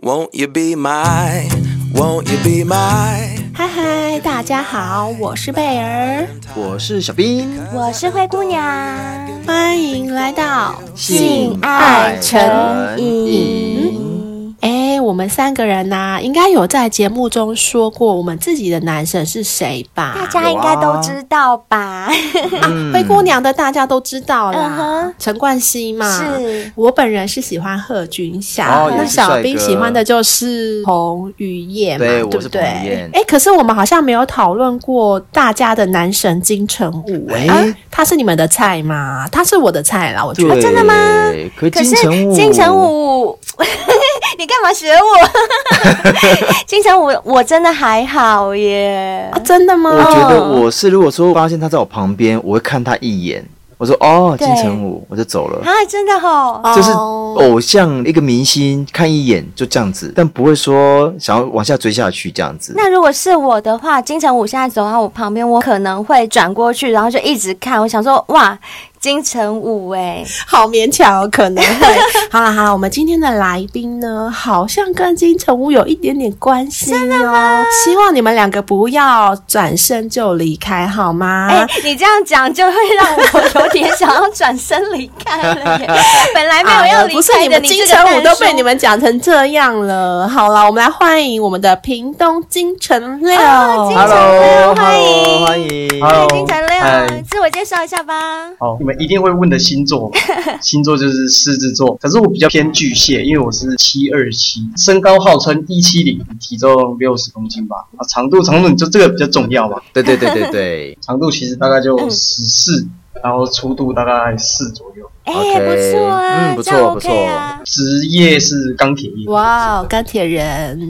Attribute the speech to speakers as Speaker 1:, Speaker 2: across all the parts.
Speaker 1: Won't you be my? Won't you be my?
Speaker 2: 嗨嗨，大家好，我是贝儿，
Speaker 3: 我是小兵，
Speaker 4: 我是灰姑娘，
Speaker 2: 欢迎来到
Speaker 3: 性爱成瘾。
Speaker 2: 哎，我们三个人呐、应该有在节目中说过我们自己的男神是谁吧？啊
Speaker 4: 大家应该都知道吧？
Speaker 3: 嗯
Speaker 2: 灰姑娘的大家都知道
Speaker 4: 嗯
Speaker 2: 啦
Speaker 4: 哼，
Speaker 2: 陈冠希嘛。
Speaker 4: 是
Speaker 2: 我本人是喜欢贺军翔，
Speaker 3: 哦
Speaker 2: 那
Speaker 3: 也是
Speaker 2: 小
Speaker 3: 帅
Speaker 2: 兵
Speaker 3: 哥
Speaker 2: 喜欢的就是彭于晏嘛，
Speaker 3: 对
Speaker 2: 对
Speaker 3: 我
Speaker 2: 不
Speaker 3: 是
Speaker 2: 对？
Speaker 3: 彭于晏
Speaker 2: 哎，可是我们好像没有讨论过大家的男神金城武，哎、
Speaker 3: 哎
Speaker 2: 他是你们的菜吗？他是我的菜啦，我觉得。
Speaker 3: 对，
Speaker 4: 啊真的吗？
Speaker 3: 可
Speaker 4: 可
Speaker 3: 金
Speaker 4: 是
Speaker 3: 城武，
Speaker 4: 金城，武， 你干嘛学我？金城武，我 真的还好耶
Speaker 2: 啊，。真的吗？
Speaker 3: 我觉得我
Speaker 4: 哦
Speaker 3: 是如果说发现他在我旁边，我会看他一眼，我说哦，
Speaker 4: 对
Speaker 3: 金城武，我就走了。
Speaker 4: 啊，真的哦，
Speaker 2: 哦
Speaker 3: 就是偶像一个明星看一眼就这样子，但不会说想要往下追下去这样子。
Speaker 4: 那如果是我的话，金城武现在走到我旁边，我可能会转过去，然后就一直看。我想说，哇，金城武哎、
Speaker 2: 好勉强哦，可能会。 好啦好啦，我们今天的来宾呢，好像跟金城武有一点点关系、哦，真的吗？希望你们两个不要转身就离开，好吗？
Speaker 4: 哎、你这样讲就会让我有点想要转身离开了 耶。本来没有
Speaker 2: 哎
Speaker 4: 要
Speaker 2: 呀
Speaker 4: 离
Speaker 2: 不是
Speaker 4: 开
Speaker 2: 你
Speaker 4: 的，
Speaker 2: 们金城武
Speaker 4: 这个
Speaker 2: 都
Speaker 4: 蛋
Speaker 2: 被
Speaker 4: 叔
Speaker 2: 你们讲成这样了。好了，我们来欢迎我们的屏东金城六。
Speaker 4: 哦金城
Speaker 3: Hello，
Speaker 4: Hello，欢迎
Speaker 3: 欢迎
Speaker 4: 嗨，
Speaker 5: Hello
Speaker 4: 金城
Speaker 5: 嗨
Speaker 4: 亮，自我介绍一下吧。
Speaker 5: 好，你们一定会问的星座，星座就是狮子座，可是我比较偏巨蟹，因为我是七二七，身高号称一七零，体重六十公斤吧。啊，长度长度你就这个比较重要嘛，
Speaker 3: 对对对对对，
Speaker 5: 长度其实大概就十四，然后粗度大概四左右。
Speaker 4: 哎
Speaker 3: OK，
Speaker 4: 不错啊，
Speaker 3: 嗯不
Speaker 4: 这样
Speaker 3: 错不
Speaker 4: OK 啊。
Speaker 5: 职业是钢铁业，
Speaker 2: 哇哦，钢铁人！
Speaker 3: 嗯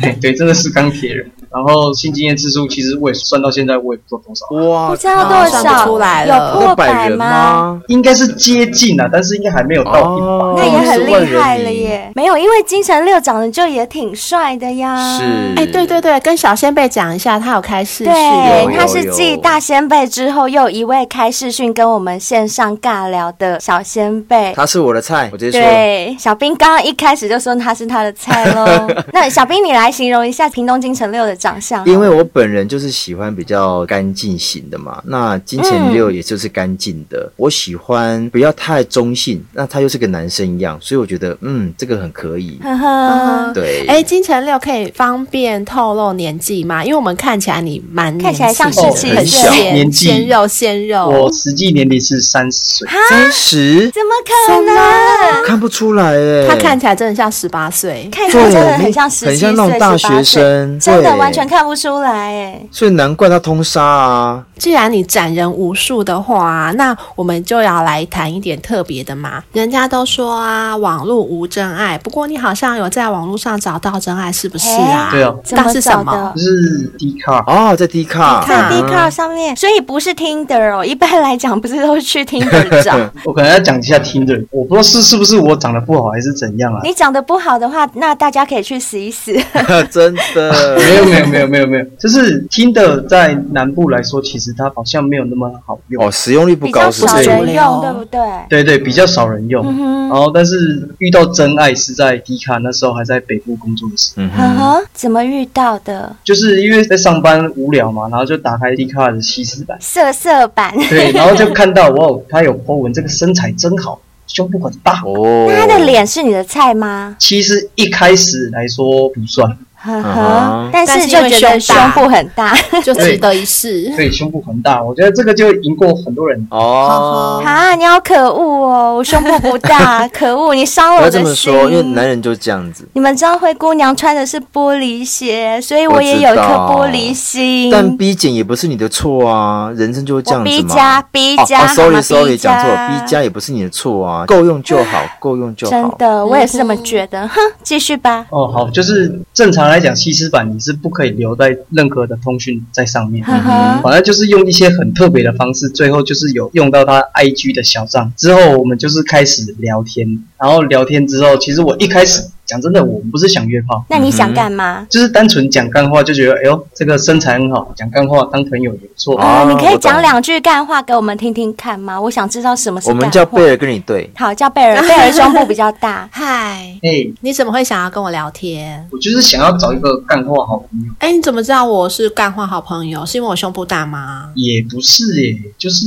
Speaker 5: 对 对，真的是钢铁人。然后性经验次数，其实我也算到现在，我也不知道多少，
Speaker 3: 哇
Speaker 4: 不知道多
Speaker 2: 哦算
Speaker 4: 少，
Speaker 2: 不出来了
Speaker 4: 有破
Speaker 3: 百
Speaker 4: 百
Speaker 3: 人？吗？
Speaker 5: 应该是接近了、但是应该还没有到一百。
Speaker 3: 哦
Speaker 4: 那也很厉害了耶！没有，因为金城六长得就也挺帅的呀。
Speaker 3: 是，
Speaker 2: 哎，对对对，跟小先辈讲一下，他有开视讯
Speaker 4: 对
Speaker 3: 有，
Speaker 4: 他
Speaker 3: 有
Speaker 4: 是
Speaker 3: 有
Speaker 4: 继大先辈之后又一位开视讯跟我们线上尬聊的小先辈。
Speaker 3: 他是我的菜，我直接说，
Speaker 4: 对，小兵刚刚一开始就说他是他的菜喽。那小兵，你来形容一下屏东金城六的长相好了。
Speaker 3: 因为我本人就是喜欢比较干净型的嘛，那金钱六也就是干净的，我喜欢不要太中性，那他又是个男生一样，所以我觉得嗯，这个很可以，
Speaker 4: 呵呵，
Speaker 3: 对，
Speaker 2: 哎，金城六可以方便透露年纪吗？因为我们看起来你蛮
Speaker 4: 看起来像
Speaker 2: 年轻
Speaker 5: 17
Speaker 2: 的很
Speaker 5: 岁
Speaker 2: 鲜
Speaker 5: 年纪
Speaker 2: 鲜肉鲜肉
Speaker 5: 我。实际年龄是三十岁，
Speaker 3: 三十
Speaker 4: 怎么可能？
Speaker 3: 看不出来哎、
Speaker 2: 他看起来真的像十八岁，
Speaker 4: 看起来
Speaker 3: 对，
Speaker 4: 真的很
Speaker 3: 没
Speaker 4: 像十
Speaker 3: 很
Speaker 4: 七
Speaker 3: 像
Speaker 4: 岁、
Speaker 3: 那种大
Speaker 4: 18
Speaker 3: 学
Speaker 4: 岁
Speaker 3: 生，
Speaker 4: 真的
Speaker 3: 对
Speaker 4: 完全看不出来哎。
Speaker 3: 所以难怪他通杀啊！
Speaker 2: 既然你斩人无数的话，那我们就要来谈一点特别的嘛。人家都说啊，网络无真爱，不过你好像有在网络上找到真爱，是不是啊？
Speaker 4: 哎
Speaker 5: 对啊
Speaker 4: 怎
Speaker 2: 那
Speaker 4: 么
Speaker 2: 是
Speaker 4: 找
Speaker 2: 什么？
Speaker 4: 的
Speaker 5: 就？是低卡。
Speaker 3: 哦，在 D 卡，
Speaker 4: 在 d
Speaker 3: 嗯
Speaker 4: c a r 上面，所以不是 Tinder 哦。一般来讲，不是都是去 Tinder 找。
Speaker 5: 我可能要讲一下听的，我不知道是是不是我长得不好还是怎样啊？
Speaker 4: 你长得不好的话，那大家可以去死一死。
Speaker 3: 真的，
Speaker 5: 没有呃没有没有没有没有，就是听的在南部来说，其实它好像没有那么好用。
Speaker 3: 哦，使用率不
Speaker 4: 比较
Speaker 3: 高是不
Speaker 4: 少
Speaker 3: 是？
Speaker 2: 主
Speaker 4: 人
Speaker 2: 流
Speaker 4: 用，对不对？啊
Speaker 5: 对对，比较少人用。
Speaker 4: 嗯哼
Speaker 5: 然后，但是遇到真爱是在迪卡，那时候还在北部工作的时候，
Speaker 3: 嗯
Speaker 4: 呵
Speaker 3: 哼，
Speaker 4: 呵，怎么遇到的？，
Speaker 5: 就是因为在上班无聊嘛，然后就打开迪卡的西施版
Speaker 4: 色色版。
Speaker 5: 对，然后就看到哇哦，他有 po 文，这个身材真好，胸部很大。
Speaker 3: 哦，
Speaker 4: 那他的脸是你的菜吗？
Speaker 5: 其实一开始来说不算，
Speaker 4: 呵
Speaker 3: 嗯
Speaker 4: 呵
Speaker 3: 哼，
Speaker 4: 但
Speaker 2: 但
Speaker 4: 是
Speaker 2: 是
Speaker 4: 就
Speaker 2: 因为
Speaker 4: 觉得
Speaker 2: 胸
Speaker 4: 胸
Speaker 2: 大
Speaker 4: 部很大。
Speaker 2: 就值得一试。。
Speaker 5: 对，胸部很大，我觉得这个就赢过很多人。
Speaker 3: 哦，
Speaker 4: 啊，你好可恶哦！我胸部 不大，可恶，你伤
Speaker 3: 不
Speaker 4: 了我
Speaker 3: 要
Speaker 4: 的
Speaker 3: 这
Speaker 4: 心。
Speaker 3: 么说，因为男人就这样子。
Speaker 4: 你们知道灰姑娘穿的是玻璃鞋，所以我也有一颗玻璃心。
Speaker 3: 但 B 减也不是你的错啊，人生就是这
Speaker 4: 嗯我
Speaker 3: 样
Speaker 4: B
Speaker 3: 子
Speaker 4: 加
Speaker 3: 嘛。
Speaker 4: B
Speaker 3: 哦
Speaker 4: 加、
Speaker 3: 哦，sorry
Speaker 4: 好吗
Speaker 3: sorry，讲错了，B。加也不是你的错啊，够用就好，够用就
Speaker 4: 真
Speaker 3: 好。嗯
Speaker 4: 的，我也是这么觉得。哼，继续吧。
Speaker 5: 哦，好，就是正常来讲，西施版你是不可以留在任何的通讯在上面，
Speaker 4: 呵呵，
Speaker 5: 反正就是用一些很特别的方式，最后就是有用到他 IG 的小账之后，我们就是开始聊天，然后聊天之后，其实我一开始讲真的，我们不是想约炮，
Speaker 4: 那你想干嘛？
Speaker 5: 就是单纯讲干话，就觉得哎呦，这个身材很好，讲干话当朋友也不错。
Speaker 3: 哦
Speaker 4: 呃，你可
Speaker 3: 我
Speaker 4: 以
Speaker 3: 懂
Speaker 4: 讲两句干话给我们听听看吗？我想知道什么是
Speaker 3: 我
Speaker 4: 干话。
Speaker 3: 们叫贝尔跟你 对，
Speaker 4: 好，叫贝尔，贝尔胸部比较大
Speaker 2: 嗨，
Speaker 5: 哎、
Speaker 2: 你怎么会想要跟我聊天？
Speaker 5: 我就是想要找一个干话好朋友，
Speaker 2: 哎，你怎么知道我是干话好朋友？是因为我胸部大吗？
Speaker 5: 也不是耶、就是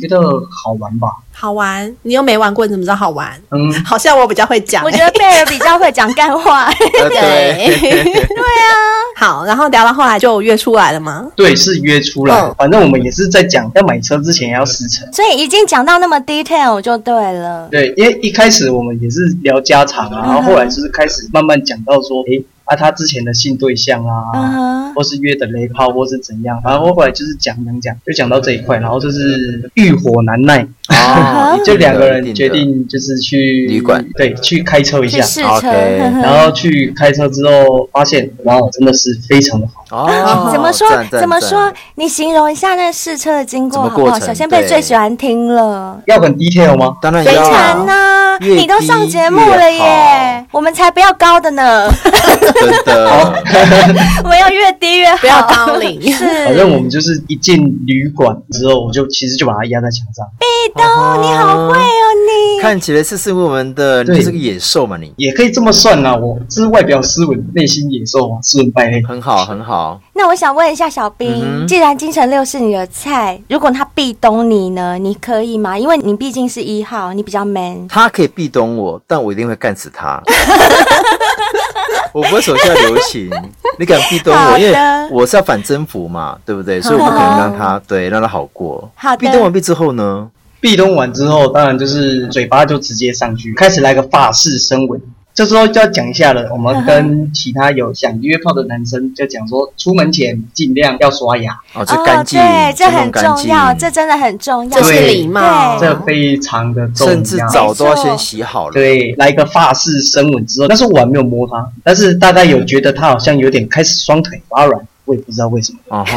Speaker 5: 觉得好玩吧。
Speaker 2: 好玩？你又没玩过，你怎么知道好玩？
Speaker 5: 嗯，
Speaker 2: 好像我比较会讲、
Speaker 4: 我觉得贝尔比较会讲干话，
Speaker 3: 呃，
Speaker 2: 对啊好，然后聊到后来就约出来了吗？
Speaker 5: 对，是约出来。
Speaker 2: 嗯
Speaker 5: 反正我们也是在讲，要买车之前也要试乘。
Speaker 4: 所以已经讲到那么 detail 就对了。
Speaker 3: 啊
Speaker 5: 对，因为一开始我们也是聊家常
Speaker 4: 嗯
Speaker 5: 啊，然后后来就是开始慢慢讲到说，诶、啊，他之前的性对象
Speaker 4: 嗯
Speaker 5: 啊。
Speaker 4: 哼，
Speaker 5: 或是约的雷炮，或是怎样，然后后来就是讲讲讲，就讲到这一块，然后就是欲火难耐，
Speaker 4: 嗯
Speaker 3: 啊，
Speaker 5: 就两个人决
Speaker 3: 一的。
Speaker 5: 定就是去
Speaker 3: 旅馆，
Speaker 5: 对，去开车一
Speaker 4: 去
Speaker 5: 下，
Speaker 4: 试车
Speaker 3: OK 哦
Speaker 4: 呵呵
Speaker 5: 然后去开车之后发现，哇，真的是非常的好。
Speaker 3: 哦，
Speaker 4: 怎么说
Speaker 3: 赞？赞
Speaker 4: 怎么
Speaker 3: 赞
Speaker 4: 说？你形容一下那试车的经
Speaker 3: 怎
Speaker 4: 过
Speaker 3: 么
Speaker 4: 好不
Speaker 3: 过
Speaker 4: 好？
Speaker 3: 程
Speaker 4: 小仙贝
Speaker 3: 对
Speaker 4: 最喜欢听了。
Speaker 5: 要很 detail 吗？
Speaker 3: 当然
Speaker 4: 非
Speaker 3: 要
Speaker 4: 常呐、
Speaker 3: 越
Speaker 4: 你都
Speaker 3: 低
Speaker 4: 上节目
Speaker 3: 越
Speaker 4: 了耶
Speaker 3: 好，
Speaker 4: 我们才不要高的呢，
Speaker 3: 真的。哦
Speaker 4: 我们要越低越好。
Speaker 2: 不要高龄
Speaker 4: 是，
Speaker 5: 反正我们就是一进旅馆之后，我就其实就把它压在墙上，
Speaker 4: 壁咚，你好会哦你。
Speaker 3: 看起来是是我们的，你
Speaker 5: 对
Speaker 3: 是个野兽嘛，你
Speaker 5: 也可以这么算啦。我是外表斯文，内心野兽啊，斯文败类。
Speaker 3: 很好很好。
Speaker 4: 那我想问一下小兵，
Speaker 3: 嗯哼
Speaker 4: 既然金城六是你的菜，如果他壁咚你呢，你可以吗？因为你毕竟是一号，你比较 man。
Speaker 3: 他可以壁咚我，但我一定会干死他。 我不会手下留情，你敢壁咚
Speaker 4: 好的
Speaker 3: 我，因为我是要反征服嘛，对不对？所以我不可能让他对让他好过。
Speaker 4: 好的
Speaker 3: 壁咚完毕之后呢？
Speaker 5: 壁咚完之后，当然就是嘴巴就直接上去，开始来个法式深吻。这时候就要讲一下了，我们跟其他有想约炮的男生就讲说，出门前尽量要刷牙，
Speaker 3: 哦，这干净，
Speaker 4: 对，这
Speaker 3: 尊重
Speaker 4: 很
Speaker 3: 干
Speaker 4: 重
Speaker 3: 净
Speaker 4: 要，这真的很重要。
Speaker 2: 这是
Speaker 5: 对
Speaker 2: 礼貌，
Speaker 4: 对
Speaker 5: 这非常的重要。
Speaker 3: 甚至澡都要先洗好了。
Speaker 5: 对，来一个法式深吻之后，但是我还没有摸他，但是大概有觉得他好像有点开始双腿发软，我也不知道为什么。
Speaker 3: 哦吼，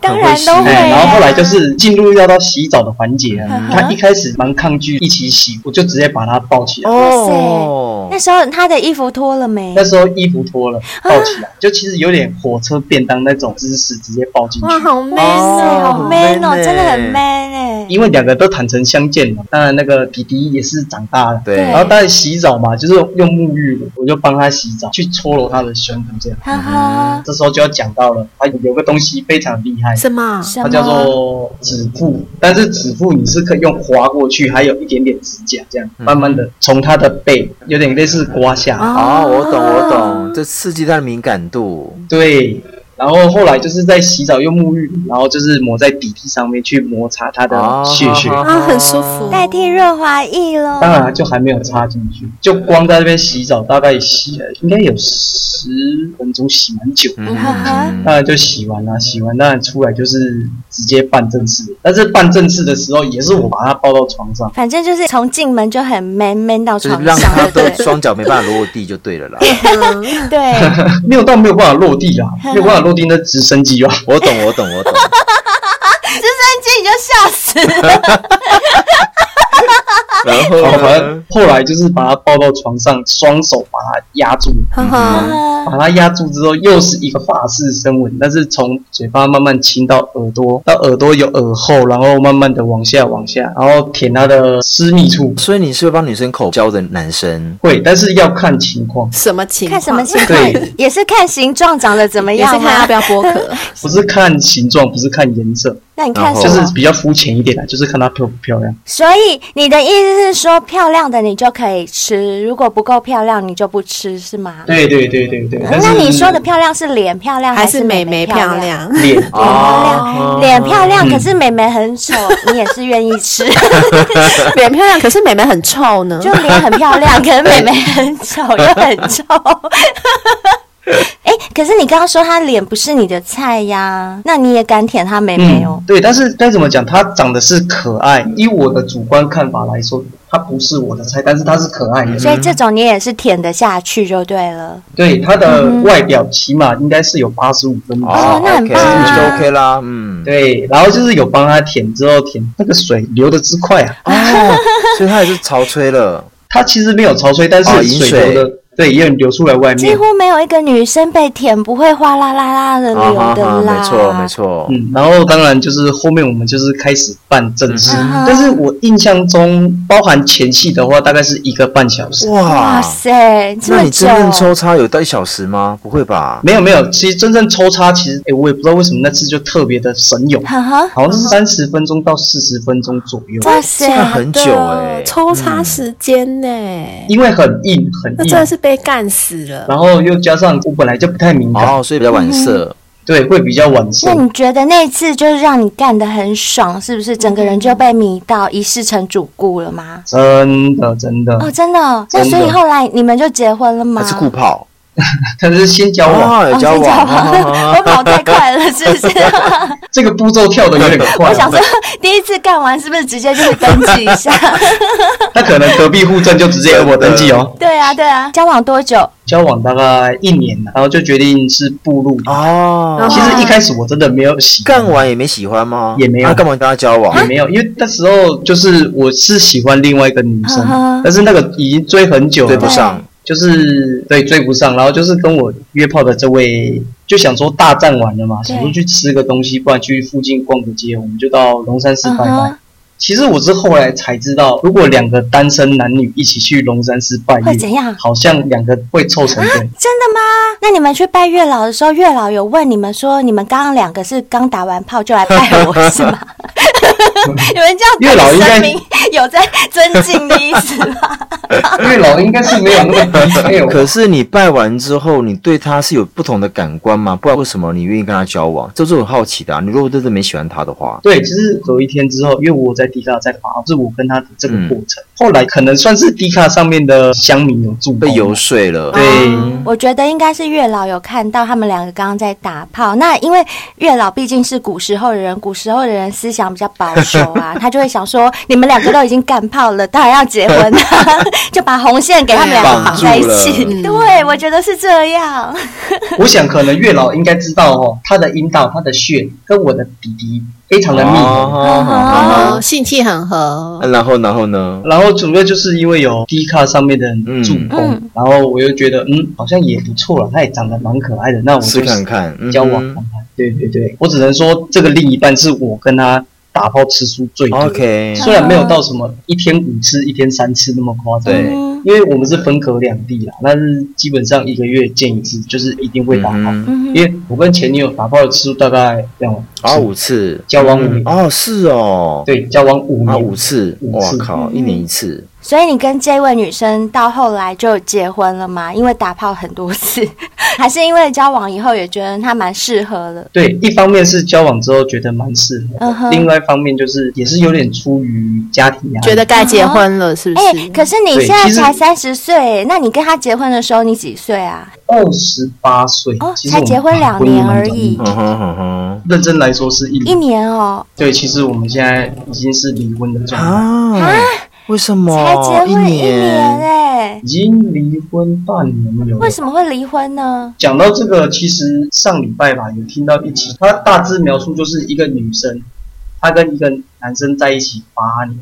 Speaker 4: 当
Speaker 3: 很
Speaker 4: 然
Speaker 3: 会洗
Speaker 4: 都会
Speaker 5: 哎，
Speaker 4: 啊
Speaker 5: 然后后来就是嗯进入要到洗澡的环节了。他一开始蛮抗拒一起洗，我就直接把他抱起来。
Speaker 3: 哦
Speaker 4: 那，时候他的衣服脱了没
Speaker 5: 那？时候衣服脱了，抱起来，就其实有点火车便当那种姿势，直接抱进去。
Speaker 2: 哇，好 man
Speaker 4: 对，
Speaker 2: 哦！
Speaker 4: 好 man 哦，
Speaker 3: 很 man
Speaker 4: 真的很
Speaker 3: 欸
Speaker 4: man 哎。
Speaker 5: 因为两个都坦诚相见了，当然那个弟弟也是长大了。
Speaker 3: 对
Speaker 4: 对
Speaker 5: 然后当然洗澡嘛，就是用沐浴乳，我就帮他洗澡，去搓揉他的胸部这样。
Speaker 4: 哈哈，
Speaker 5: 这时候就要讲到了，它有个东西非常厉害，
Speaker 2: 什么？
Speaker 4: 什
Speaker 5: 它
Speaker 4: 么？
Speaker 5: 叫做指腹，但是指腹你是可以用划过去，还有一点点指甲这样，慢慢的从它的背，有点类似刮下，
Speaker 3: 哦，我懂我懂，这刺激他的敏感度。
Speaker 5: 对。然后后来就是在洗澡用沐浴乳，然后就是抹在底底上面去摩擦它的
Speaker 3: 哦
Speaker 5: 血血，
Speaker 3: 好
Speaker 2: 啊，很舒服。
Speaker 4: 代替润滑液喽。
Speaker 5: 当然就还没有插进去，就光在那边洗澡，大概洗了应该有十分钟，洗蛮久。
Speaker 3: 嗯
Speaker 4: 哈哈
Speaker 3: 嗯
Speaker 5: 当然就洗完了，洗完当然出来就是直接办正事，但是办正事的时候也是我把他抱到床上，
Speaker 4: 反正就是从进门就很 man man 到
Speaker 3: 就是
Speaker 4: 床
Speaker 3: 让
Speaker 4: 上，
Speaker 3: 他
Speaker 4: 对
Speaker 3: 都
Speaker 4: 不
Speaker 3: 双脚没办法落地就对了啦。
Speaker 2: 嗯
Speaker 4: 对？对，
Speaker 5: 没有到没有办法落 地啦，没有办法落地那直升机啊吧，
Speaker 3: 我懂，我懂，我懂。
Speaker 4: 瞬间你就吓死了。
Speaker 3: 然后
Speaker 5: 然后反
Speaker 3: 呢
Speaker 5: 正后来就是把他抱到床上，双手把他压住，
Speaker 4: 嗯
Speaker 2: 哈哈，
Speaker 5: 把他压住之后又是一个法式深吻，但是从嘴巴慢慢亲到耳朵，到耳朵有耳后，然后慢慢的往下往下，然后舔他的私密处，
Speaker 3: 所以你是会帮女生口交的男生，
Speaker 5: 会，但是要看情
Speaker 4: 嗯
Speaker 5: 况。
Speaker 2: 什么情况？
Speaker 4: 看什么情
Speaker 5: 对
Speaker 4: 况，也是看形状长得怎么
Speaker 2: 也是
Speaker 4: 样啊
Speaker 2: 看要
Speaker 4: 吗
Speaker 2: 不？要剥壳。
Speaker 5: 不是看形状，不是看颜色，
Speaker 4: 那你看
Speaker 3: 然后
Speaker 4: 什
Speaker 5: 就是
Speaker 4: 么？
Speaker 5: 比较肤浅一点的，就是看她漂不漂亮。
Speaker 4: 所以你的意思是说，漂亮的你就可以吃，如果不够漂亮你就不吃，是吗？
Speaker 5: 对对对对对。但是
Speaker 4: 那你说的漂亮是脸漂 亮
Speaker 2: 还
Speaker 4: 是
Speaker 2: 是
Speaker 4: 美
Speaker 2: 美眉
Speaker 4: 眉漂
Speaker 2: 漂？亮？
Speaker 5: 脸，
Speaker 3: 哦
Speaker 4: 脸漂亮，可是美眉 很丑，你也是愿意吃。
Speaker 2: 脸漂亮，可 是美眉很臭呢。
Speaker 4: 就脸很漂 亮，可是妹妹很丑又很臭。哎、可是你刚刚说她脸不是你的菜呀，那你也敢舔她妹妹哦
Speaker 5: 嗯？，对，但是该怎么讲？她长得是可爱，以我的主观看法来说，她不是我的菜，但是她是可爱
Speaker 3: 嗯
Speaker 5: 的。
Speaker 4: 所以这种你也是舔得下去就对了。
Speaker 5: 对，她的外表起码应该是有八十五分以上。
Speaker 4: 嗯哦那很
Speaker 3: OK，
Speaker 4: 棒啊
Speaker 3: 就 OK 啦，嗯，
Speaker 5: 对，然后就是有帮她舔之后舔，那个水流的之快啊！
Speaker 3: 哦，所以他也是潮吹了，
Speaker 5: 她其实没有潮吹，但
Speaker 3: 哦
Speaker 5: 是
Speaker 3: 饮
Speaker 5: 水流的、对，也有流出来外
Speaker 4: 几
Speaker 5: 面。
Speaker 4: 乎没有一个女生被舔不会哗啦啦啦的
Speaker 3: 啊
Speaker 4: 流
Speaker 3: 哈
Speaker 4: 的
Speaker 3: 哈，
Speaker 4: 啦，
Speaker 3: 没错没。错，
Speaker 5: 嗯，然后当然就是后面我们就是开始办正事，
Speaker 4: 嗯
Speaker 5: 但是我印象中包含前戏的话，大概是一个半小时。
Speaker 4: 哇
Speaker 3: 哇，
Speaker 4: 塞，这
Speaker 3: 那
Speaker 4: 么
Speaker 3: 你
Speaker 4: 久
Speaker 3: 真，正抽插有到一小时吗？不会吧？
Speaker 5: 没有没有，其实真正抽插，其实诶，我也不知道为什么那次就特别的神勇，
Speaker 4: 哈哈，
Speaker 5: 好像是三十分钟到四十分钟左右，
Speaker 4: 哇塞，
Speaker 3: 那很久哎、
Speaker 2: 抽插时间呢、
Speaker 5: 因为很硬很
Speaker 2: 那
Speaker 5: 硬
Speaker 2: 真，的是被干死了。
Speaker 5: 然后又加上我本来就不太敏感，
Speaker 3: 哦，所以比较晚射。
Speaker 5: 对，会比较晚熟
Speaker 4: 那。你觉得那次就是让你干得很爽，是不是？整个人就被迷到，一世成主顾了吗？
Speaker 5: 真的真的，
Speaker 4: 哦，真的哦。那
Speaker 5: 嗯真
Speaker 4: 所
Speaker 5: 的
Speaker 4: 以后来你们就结婚了吗？
Speaker 3: 还是酷炮
Speaker 5: 他是先交往，
Speaker 3: 哦，有交往，
Speaker 4: 我跑太快了，是 不是？
Speaker 5: 这个步骤跳的有点快
Speaker 4: 我，想说，第一次干完是不是直接就是登记一下？
Speaker 5: 他可能隔壁户政就直接我登 记哦。
Speaker 4: 对啊，对啊。交往多久？
Speaker 5: 交往大概一年，然后就决定是步入。
Speaker 3: 哦，
Speaker 5: 其实一开始我真的没有喜欢
Speaker 3: 干完也没喜欢吗？
Speaker 5: 也没有
Speaker 3: 那干嘛跟他交往
Speaker 5: 哦也？没有，因为那时候就是我是喜欢另外一个女生
Speaker 4: 啊哈，
Speaker 5: 但是那个已经追很久了，
Speaker 3: 对不上，
Speaker 5: 就是对追不上，然后就是跟我约炮的这位，就想说大战完了嘛，
Speaker 4: 对
Speaker 5: 想说去吃个东西，不然去附近逛个街，我们就到龙山寺
Speaker 4: 嗯
Speaker 5: 拜拜。
Speaker 4: 哼，
Speaker 5: 其实我是后来才知道，如果两个单身男女一起去龙山寺拜
Speaker 4: 会怎
Speaker 5: 月，
Speaker 4: 样？
Speaker 5: 好像两个会凑成对。
Speaker 4: 真的吗？那你们去拜月老的时候，月老有问你们说，你们刚刚两个是刚打完炮就来拜我是吗？你们这样
Speaker 5: 月老
Speaker 4: 对
Speaker 5: 应该
Speaker 4: 神明有在尊敬的意思吗？
Speaker 5: 月老应该是没有那么 detail，
Speaker 3: 可是你拜完之后，你对他是有不同的感官吗？不然为什么你愿意跟他交往？这是我很好奇的、啊。你如果真的没喜欢他的话，
Speaker 5: 对，就是有一天之后，因为我在 D 卡在发，是我跟他的这个
Speaker 3: 嗯
Speaker 5: 过程。后来可能算是 D 卡上面的乡民有助
Speaker 3: 被
Speaker 5: 攻啊
Speaker 3: 游说了，
Speaker 5: 对
Speaker 4: 我觉得应该是月老有看到他们两个刚刚在打炮。那因为月老毕竟是古时候的人，古时候的人思想比较保守啊，他就会想说，你们两个都已经干炮了，当然要结婚了、就把红线给他们两个绑在一起
Speaker 3: 绑。
Speaker 4: 对，我觉得是这样。
Speaker 5: 我想可能月老应该知道哦，他的阴道、他的血跟我的底底非常的
Speaker 3: 啊
Speaker 5: 密合。啊
Speaker 2: 哦，性气很合，
Speaker 5: 嗯
Speaker 3: 然后然后呢？
Speaker 5: 然后主要就是因为有 D 卡上面的人助攻，
Speaker 4: 嗯
Speaker 5: 然后我又觉得嗯好像也不错了，他也长得蛮可爱的，那我就
Speaker 3: 试看看，嗯哼
Speaker 5: 交往看看。对对对，我只能说这个另一半是我跟他打炮次数最多的。
Speaker 3: OK，
Speaker 5: 虽然没有到什么一天五次、一天三次那么夸张，
Speaker 3: 对
Speaker 4: 嗯
Speaker 5: 因为我们是分隔两地啦，但是基本上一个月见一次，就是一定会打炮。
Speaker 3: 嗯哼
Speaker 4: 嗯
Speaker 5: 因为我跟前女友打炮的次数大概两
Speaker 3: 啊，五次
Speaker 5: 交往五
Speaker 3: 嗯
Speaker 5: 年
Speaker 3: 哦，是哦，，
Speaker 5: 对，交往五
Speaker 3: 啊，
Speaker 5: 年，
Speaker 3: 五次，
Speaker 5: 五
Speaker 3: 哇
Speaker 5: 次嗯
Speaker 3: 靠，一年一次，
Speaker 4: 所以你跟这位女生到后来就结婚了吗？因为打炮很多次， 还是因为交往以后也觉得她蛮适合的？
Speaker 5: 对，一方面是交往之后觉得蛮适合的
Speaker 4: 嗯哼
Speaker 5: 另外一方面就是也是有点出于家庭压力，
Speaker 2: 觉得该结婚了，是不
Speaker 4: 哎、
Speaker 2: 是？
Speaker 4: 可是你
Speaker 5: 对
Speaker 4: 现在
Speaker 5: 其实
Speaker 4: 才三十岁，那你跟他结婚的时候你几岁啊？
Speaker 5: 二十八岁
Speaker 4: 哦，
Speaker 5: 其实我
Speaker 4: 才
Speaker 5: 们
Speaker 4: 结婚两年
Speaker 5: 蛮
Speaker 4: 而
Speaker 5: 短的
Speaker 4: 已，
Speaker 3: 嗯哼哼哼，
Speaker 5: 认真来说是一
Speaker 4: 一
Speaker 5: 年。
Speaker 4: 年哦，
Speaker 5: 对，其实我们现在已经是离婚的状态，
Speaker 3: 啊，为什么
Speaker 4: 才结婚一年
Speaker 3: 年？
Speaker 4: 哎、
Speaker 5: 已经离婚半年有了
Speaker 4: 为。什么会离婚呢？
Speaker 5: 讲到这个，其实上礼拜吧，有听到一集，他大致描述就是一个女生，她跟一个男生在一起八年，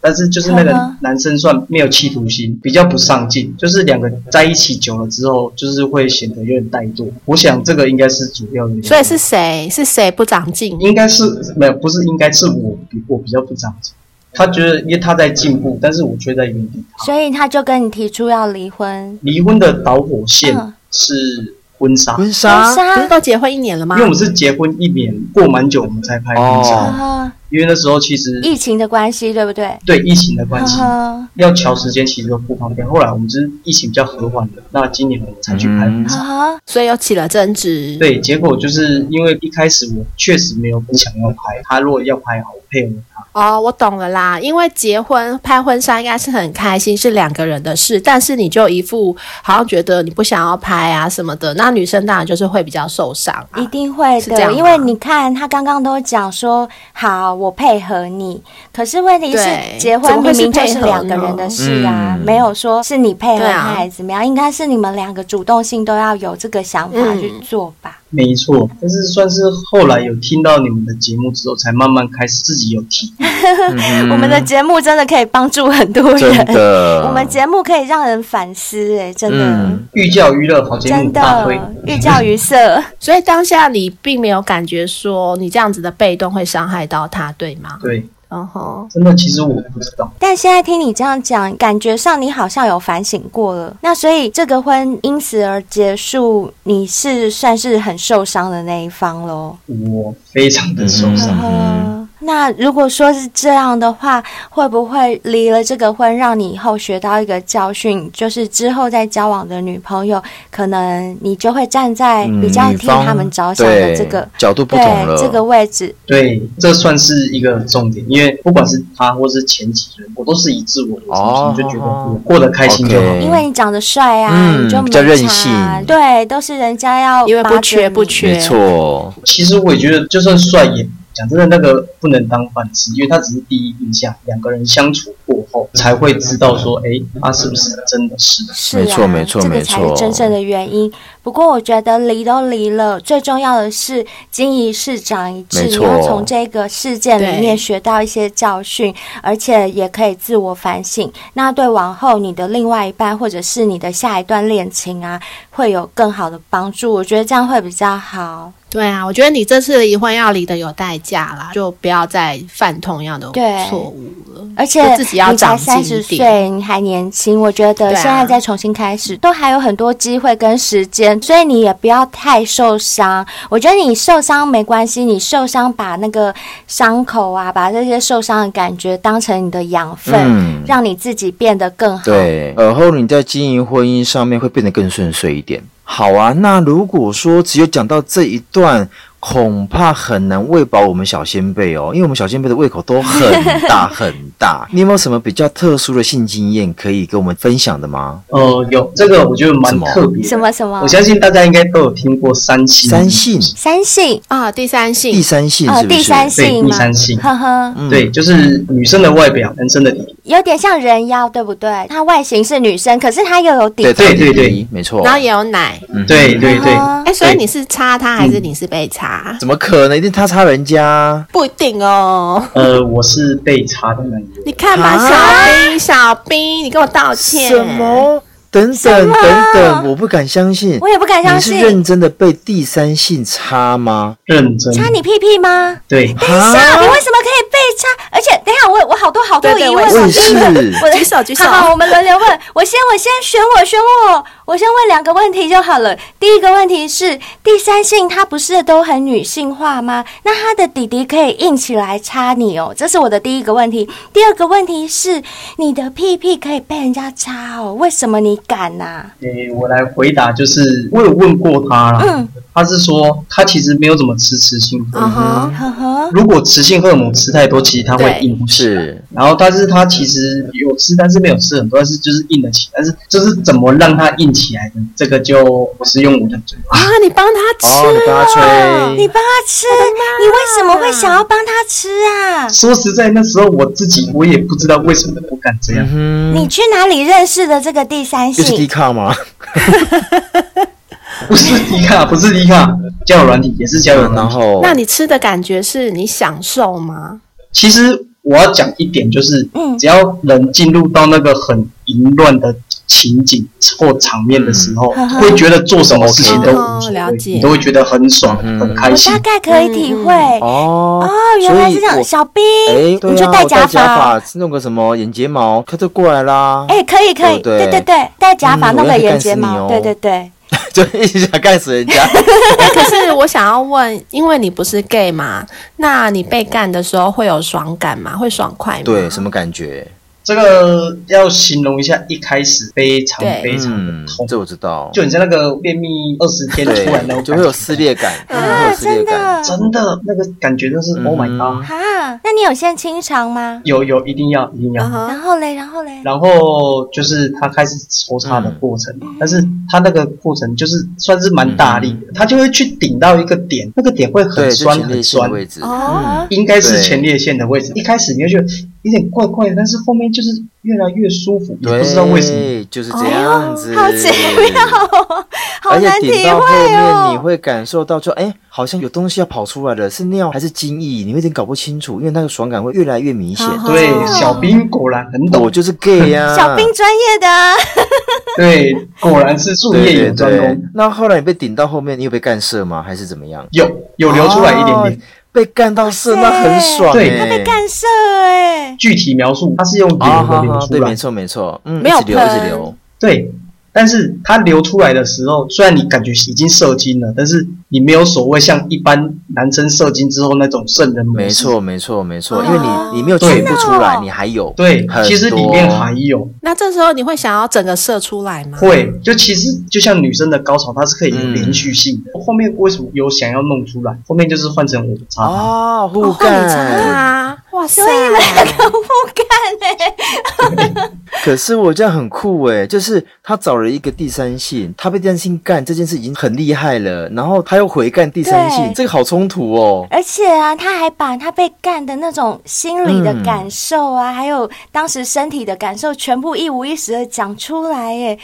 Speaker 5: 但是就是那
Speaker 4: 嗯哼
Speaker 5: 个男生算没有企图心，比较不上进，就是两个在一起久了之后，就是会显得有点怠惰。我想这个应该是主要原因，
Speaker 2: 所以是谁？是谁不长进？
Speaker 5: 应该是没有，不是应该是我比我比较不上进。他觉得，因为他在进步，但是我却在原地踏步。
Speaker 4: 所以他就跟你提出要离婚。
Speaker 5: 离婚的导火线
Speaker 4: 嗯
Speaker 5: 是婚纱，
Speaker 3: 婚
Speaker 4: 婚
Speaker 3: 纱
Speaker 2: 不是
Speaker 4: 纱
Speaker 2: 都结婚一年了吗
Speaker 5: 因为？我们是结婚一年过蛮久，我们才拍婚纱。
Speaker 3: 哦
Speaker 4: 啊，
Speaker 5: 因为那时候其实
Speaker 4: 疫情的关系，对不对？
Speaker 5: 对疫情的关系，
Speaker 4: 啊
Speaker 5: 要调时间其实都不方便。后来我们就是疫情比较和缓了，那今年我们才去拍婚
Speaker 4: 哈，
Speaker 5: 纱。
Speaker 4: 啊
Speaker 2: 所以又起了争执。，
Speaker 5: 对，结果就是因为一开始我确实没有很想要拍，他如果要拍好，我配合他。
Speaker 2: 哦，我懂了啦。因为结婚拍婚纱应该是很开心，是两个人的事，但是你就一副好像觉得你不想要拍啊什么的，那女生当然就是会比较受伤、啊。
Speaker 4: 一定会
Speaker 2: 是这样
Speaker 4: 的，
Speaker 2: 吗
Speaker 4: 因为你看他刚刚都讲说好，我配合你。可是问题是
Speaker 2: 对，
Speaker 4: 结
Speaker 2: 怎
Speaker 4: 婚
Speaker 2: 么会
Speaker 4: 明
Speaker 2: 是
Speaker 4: 明就
Speaker 2: 配
Speaker 4: 是
Speaker 2: 合
Speaker 4: 两个
Speaker 2: 呢
Speaker 4: 人的事啊，
Speaker 3: 嗯
Speaker 4: 没有说是你配合
Speaker 2: 对啊
Speaker 4: 他还是怎么样，应该是你们两个主动性都要有这个想法去做吧。
Speaker 5: 没错，但是算是后来有听到你们的节目之后，才慢慢开始自己有提。
Speaker 2: 嗯
Speaker 4: 我们的节目真的可以帮助很多
Speaker 3: 嗯真
Speaker 4: 人，
Speaker 3: 的，
Speaker 4: 我们节目可以让人反思、哎，真的，
Speaker 3: 嗯，
Speaker 5: 寓教于乐好节目
Speaker 4: 真
Speaker 5: 大
Speaker 4: 的
Speaker 5: 推，
Speaker 4: 寓教于色。
Speaker 2: 所以当下你并没有感觉说你这样子的被动会伤害到他，对吗？
Speaker 5: 对，
Speaker 2: 嗯哼，
Speaker 5: 真的其实我不知道，
Speaker 4: 但现在听你这样讲，感觉上你好像有反省过了。那所以这个婚因此而结束，你是算是很受伤的那一方喽。
Speaker 5: 我非常的受
Speaker 3: 嗯
Speaker 5: 伤。
Speaker 4: 呃那如果说是这样的话，会不会离了这个婚，让你以后学到一个教训，就是之后再交往的女朋友，可能你就会站在
Speaker 3: 嗯
Speaker 4: 哎比较
Speaker 3: 女
Speaker 4: 替
Speaker 3: 方
Speaker 4: 他们着想的这个
Speaker 3: 对角度不
Speaker 4: 对
Speaker 3: 同了，
Speaker 4: 这个位置，
Speaker 5: 对，这算是一个重点，因为不管是他或是前几任，我都是以自我为
Speaker 3: 哦
Speaker 5: 中心，就觉得我过得开心就好。
Speaker 3: OK
Speaker 4: 因为你长得帅啊，
Speaker 3: 嗯
Speaker 4: 你就没
Speaker 3: 比较任
Speaker 4: 差啊
Speaker 3: 性
Speaker 4: 对，都是人家要
Speaker 2: 因为不
Speaker 4: 巴
Speaker 2: 缺
Speaker 4: 着
Speaker 2: 不
Speaker 4: 你
Speaker 2: 缺，
Speaker 3: 没错，
Speaker 5: 其实我也觉得，就算帅也。讲真的，那个不能当饭吃，因为他只是第一印象，两个人相处过后才会知道
Speaker 3: 嗯
Speaker 5: 说，哎，他是不是真的是？
Speaker 4: 是啊，
Speaker 3: 没错没错
Speaker 4: 这
Speaker 3: 没
Speaker 4: 个才是
Speaker 3: 错
Speaker 4: 真正的原因。不过我觉得离都离了，最重要的是经一事长一智，
Speaker 3: 没
Speaker 4: 你
Speaker 3: 错
Speaker 4: 要从这个事件里面学到一些教训，而且也可以自我反省。那对往后你的另外一半或者是你的下一段恋情啊，会有更好的帮助。我觉得这样会比较好。
Speaker 2: 对啊，我觉得你这次离婚要离的有代价啦，就不要再犯同样的
Speaker 4: 对
Speaker 2: 错误了。
Speaker 4: 而且
Speaker 2: 就自己要
Speaker 4: 你才
Speaker 2: 长
Speaker 4: 三
Speaker 2: 进
Speaker 4: 十
Speaker 2: 一
Speaker 4: 岁，
Speaker 2: 点
Speaker 4: 你还年轻，我觉得
Speaker 2: 对啊
Speaker 4: 现在再重新开始，都还有很多机会跟时间，所以你也不要太受伤。我觉得你受伤没关系，你受伤把那个伤口啊，把这些受伤的感觉当成你的养分，
Speaker 3: 嗯
Speaker 4: 让你自己变得更好。
Speaker 3: 对，而后你在经营婚姻上面会变得更顺遂一点。好啊，那如果说只有讲到这一段，恐怕很难喂饱我们小先辈哦，因为我们小先辈的胃口都很 大很大。你有没有什么比较特殊的性经验可以跟我们分享的吗？
Speaker 5: 呃，有这个我觉得蛮
Speaker 3: 什么
Speaker 5: 特别的。
Speaker 4: 什么什么
Speaker 5: 我相信大家应该都有听过三星。
Speaker 3: 三性，
Speaker 4: 三性
Speaker 2: 啊，第三
Speaker 3: 第
Speaker 2: 性，
Speaker 3: 三性
Speaker 4: 嗯呃，
Speaker 3: 是不是？
Speaker 4: 第三
Speaker 5: 对，
Speaker 4: 性
Speaker 5: 第
Speaker 4: 吗？
Speaker 5: 三性。
Speaker 4: 呵呵，
Speaker 3: 嗯
Speaker 5: 对，就是女生的外表，男生的底。
Speaker 4: 有点像人妖，对不对？它外形是女生，可是它又有底
Speaker 3: 对。
Speaker 5: 对对对
Speaker 3: 没错。
Speaker 2: 然后也有奶。
Speaker 3: 嗯
Speaker 5: 对对对，
Speaker 4: 呵呵
Speaker 2: 哎，所以你是插他还是你是被插？
Speaker 3: 怎么可能？一定他差人家。
Speaker 2: 不一定
Speaker 3: 啊
Speaker 2: 哦。
Speaker 5: 呃，我是被查的那一位。
Speaker 2: 你看嘛，小兵，小兵，你跟我道歉。
Speaker 3: 什？么？等等等等，我不敢相信。
Speaker 4: 我也不敢相
Speaker 3: 你
Speaker 4: 信
Speaker 3: 是，认真的被第三性插吗？
Speaker 5: 认真。
Speaker 4: 插你屁屁吗？
Speaker 5: 对，
Speaker 4: 等
Speaker 3: 啊
Speaker 4: 一下，啊你为什么可以被插？而且等一下，我我好多好多
Speaker 2: 对对
Speaker 4: 疑问，
Speaker 2: 我
Speaker 4: 我
Speaker 3: 也是
Speaker 4: 我的
Speaker 2: 举手举手
Speaker 4: 好好，我们轮流问。我先我先选我选我，我先问两个问题就好了。第一个问题是，第三性它不是都很女性化吗？那他的弟弟可以硬起来插你哦，这是我的第一个问题。第二个问题是，你的屁屁可以被人家插哦，为什么你敢呐、啊
Speaker 5: 诶，我来回答，
Speaker 3: 嗯
Speaker 5: 就是我有问过他啦，
Speaker 4: 嗯
Speaker 5: 他是说他其实没有怎么吃雌性荷尔
Speaker 2: 嗯哼，
Speaker 5: 蒙，
Speaker 4: 呵呵，
Speaker 5: 如果雌性荷尔蒙吃太多，其实他会
Speaker 2: 对
Speaker 5: 硬不起来。
Speaker 3: 是，
Speaker 5: 然后，但是他其实有吃，但是没有吃很多，但是就是硬得起来，但是就是怎么让它硬起来的，这个就不是用我的嘴 巴。
Speaker 2: 啊，你帮他
Speaker 3: 哦，你
Speaker 2: 吃
Speaker 3: 帮
Speaker 2: 啊。
Speaker 3: 他
Speaker 4: 你
Speaker 3: 吹，
Speaker 4: 帮他吃，你为什么会想要帮他吃啊？
Speaker 5: 说实在，那时候我自己我也不知道为什么我敢这样。
Speaker 3: 嗯哼，
Speaker 4: 你去哪里认识的这个第三
Speaker 3: 又是低
Speaker 4: 性？
Speaker 3: 卡吗？
Speaker 5: 不是迪卡，不是迪卡，交友软体也是交友软体。
Speaker 3: 嗯然后，
Speaker 2: 那你吃的感觉是你享受吗？
Speaker 5: 其实我要讲一点，就是
Speaker 4: 嗯
Speaker 5: 只要人进入到那个很淫乱的情景或场面的时候，
Speaker 4: 嗯
Speaker 5: 会觉得做什么事情都无所
Speaker 2: 哦了
Speaker 5: 谓，
Speaker 2: 解
Speaker 5: 你都会觉得很爽、
Speaker 3: 嗯
Speaker 5: 很
Speaker 4: 我
Speaker 5: 开心
Speaker 4: 大。概可以体会。
Speaker 3: 哦
Speaker 4: 哦，原来是
Speaker 3: 所
Speaker 4: 这
Speaker 3: 以
Speaker 4: 样，
Speaker 3: 我
Speaker 4: 小兵，
Speaker 3: 哎，对啊，
Speaker 4: 你就
Speaker 3: 我
Speaker 4: 戴
Speaker 3: 戴
Speaker 4: 假发。
Speaker 3: 发，弄个什么眼睫毛，他就过来啦。
Speaker 4: 哎，可以可以，
Speaker 3: 对
Speaker 4: 对
Speaker 3: 不对
Speaker 4: 对对，戴假发，
Speaker 3: 嗯
Speaker 4: 弄
Speaker 3: 我要去
Speaker 4: 个眼
Speaker 3: 干死
Speaker 4: 睫
Speaker 3: 你
Speaker 4: 毛，
Speaker 3: 哦
Speaker 4: 对对对。
Speaker 3: 就一直想干死人 家。
Speaker 2: 哎可是我想要问， 因为你不是 gay 嘛，那你被干的时候会有爽感吗？会爽快吗？
Speaker 3: 对，什么感觉？
Speaker 5: 这个要形容一下，一开始非常
Speaker 2: 对
Speaker 5: 非常的
Speaker 3: 嗯
Speaker 5: 痛，，
Speaker 3: 这我知道。
Speaker 5: 就很像那个便秘二十天出来
Speaker 3: 对，
Speaker 5: 那种
Speaker 3: 就会有
Speaker 5: 感
Speaker 3: 撕
Speaker 5: 觉。
Speaker 3: 裂感，嗯
Speaker 4: 啊
Speaker 3: 会有撕裂感。
Speaker 5: 真的，那个感觉就是、
Speaker 3: 嗯
Speaker 5: Oh my God！
Speaker 4: 哈，那你有先清肠吗？
Speaker 5: 有有，一定要一定要。
Speaker 2: 嗯哼
Speaker 4: 然后嘞，然后嘞，
Speaker 5: 然后就是他开始抽插的过程，
Speaker 3: 嗯
Speaker 5: 但是他那个过程就是算是蛮大力的，他就会去顶到一个点，那个点会
Speaker 3: 对，
Speaker 5: 很
Speaker 3: 就
Speaker 5: 酸
Speaker 3: 前列
Speaker 5: 很
Speaker 3: 腺的
Speaker 5: 酸，
Speaker 3: 位置。
Speaker 4: 哦
Speaker 3: 嗯，
Speaker 5: 应该是
Speaker 3: 对
Speaker 5: 前列腺的位置。一开始你就觉得，有点怪怪的，但是后面就是越来越舒服，也
Speaker 3: 对，
Speaker 5: 不知道为什么。
Speaker 3: 就是这样子，
Speaker 4: 哦好奇妙哦， 好
Speaker 3: 而且
Speaker 4: 难体
Speaker 3: 点到后
Speaker 4: 会
Speaker 3: 面，你
Speaker 4: 哦。
Speaker 3: 会感受到说，哎、好像有东西要跑出来了，是尿还是精液，你会有点搞不清楚，因为那个爽感会越来越明显。
Speaker 2: 哦
Speaker 5: 对，小兵果然很懂
Speaker 3: 我，就是 gay 啊呀、
Speaker 4: 小兵专业的啊，
Speaker 5: 对，果然是术
Speaker 3: 对
Speaker 5: 业
Speaker 3: 对
Speaker 5: 有专
Speaker 3: 对
Speaker 5: 攻。。
Speaker 3: 那后来你被顶到后面，你有被干射吗？还是怎么样？
Speaker 5: 有有流出来一点点
Speaker 3: 哦。被干到射，那很爽、欸。
Speaker 5: 对
Speaker 4: 他被干射哎、
Speaker 5: 具体描述，它是用流
Speaker 3: 啊，
Speaker 5: 的
Speaker 3: 好
Speaker 5: 流
Speaker 3: 好，
Speaker 5: 出
Speaker 3: 对，
Speaker 5: 来
Speaker 3: 没，错没错，嗯，
Speaker 2: 没有
Speaker 3: 一直流一直
Speaker 4: 喷
Speaker 3: 流，
Speaker 5: 对。但是它流出来的时候，虽然你感觉已经射精了，但是你没有所谓像一般男生射精之后那种圣人模式。
Speaker 3: 没，错没错没错，
Speaker 4: 哦
Speaker 3: 因为你你没有
Speaker 5: 对
Speaker 3: 全部出来，
Speaker 4: 真的哦
Speaker 3: 你还有
Speaker 5: 对
Speaker 3: 很，
Speaker 5: 其实里
Speaker 3: 多
Speaker 5: 面还有
Speaker 2: 那这时候你会想要整个射出来吗？
Speaker 5: 会，就其实就像女生的高潮，它是可以有连续性的。后面为什么有想要弄出来？后面就是换成我插它。
Speaker 3: 哦，
Speaker 2: 哦
Speaker 3: 互
Speaker 2: 你真的
Speaker 3: 干。
Speaker 2: 啊！哇塞，
Speaker 3: 可是我这样很酷诶，就是他找了一个第三性，他被第三性干这件事已经很厉害了，然后他又回干第三性，
Speaker 4: 对
Speaker 3: 这个好冲突哦。
Speaker 4: 而且啊，他还把他被干的那种心理的感受啊，还有当时身体的感受，全部一五一十的讲出来耶。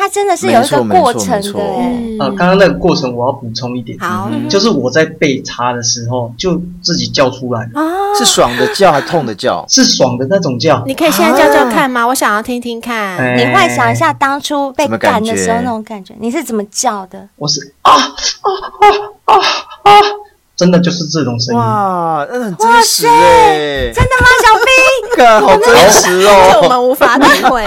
Speaker 4: 他真的是有一个
Speaker 3: 没错
Speaker 4: 过程
Speaker 3: 没错
Speaker 4: 的耶，
Speaker 2: 嗯
Speaker 5: 呃，刚刚那个过程我要补充一点，
Speaker 2: 好
Speaker 5: 就是我在被插的时候就自己叫出来了，
Speaker 2: 啊，
Speaker 3: 是爽的叫还痛的叫？
Speaker 5: 是爽的那种叫。
Speaker 2: 你可以现在叫叫看吗？我想要听听看。
Speaker 5: 哎
Speaker 4: 你幻想一下当初被
Speaker 3: 什么
Speaker 4: 干
Speaker 3: 感觉
Speaker 4: 的时候那种感觉，你是怎么叫的？
Speaker 5: 我是啊啊啊啊啊，真的就是这种声音。
Speaker 3: 哇，那很真实诶，
Speaker 4: 真的吗，小兵？
Speaker 3: 干好真实
Speaker 2: 这我
Speaker 3: 哦。
Speaker 2: 们无法体 会，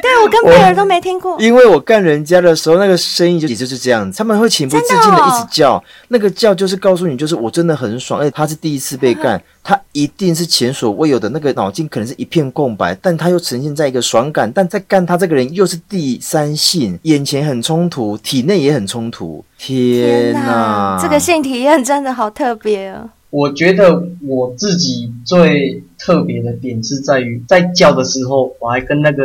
Speaker 4: 对我跟贝尔都没 听过。
Speaker 3: 因为我干人家的时候，那个声音就也就是这样子，他们会情不自禁的一哦直叫，那个叫就是告诉你，就是我真的很爽，而哎且他是第一次被 干，他一定是前所未有的那个脑筋可能是一片空白，但他又呈现在一个爽感，但在干他这个人又是第三性，眼前很冲突，体内也很冲突，天哪，
Speaker 4: 这个性体验真的好特别哦！
Speaker 5: 我觉得我自己最特别的点是在于，在叫的时候，我还跟那个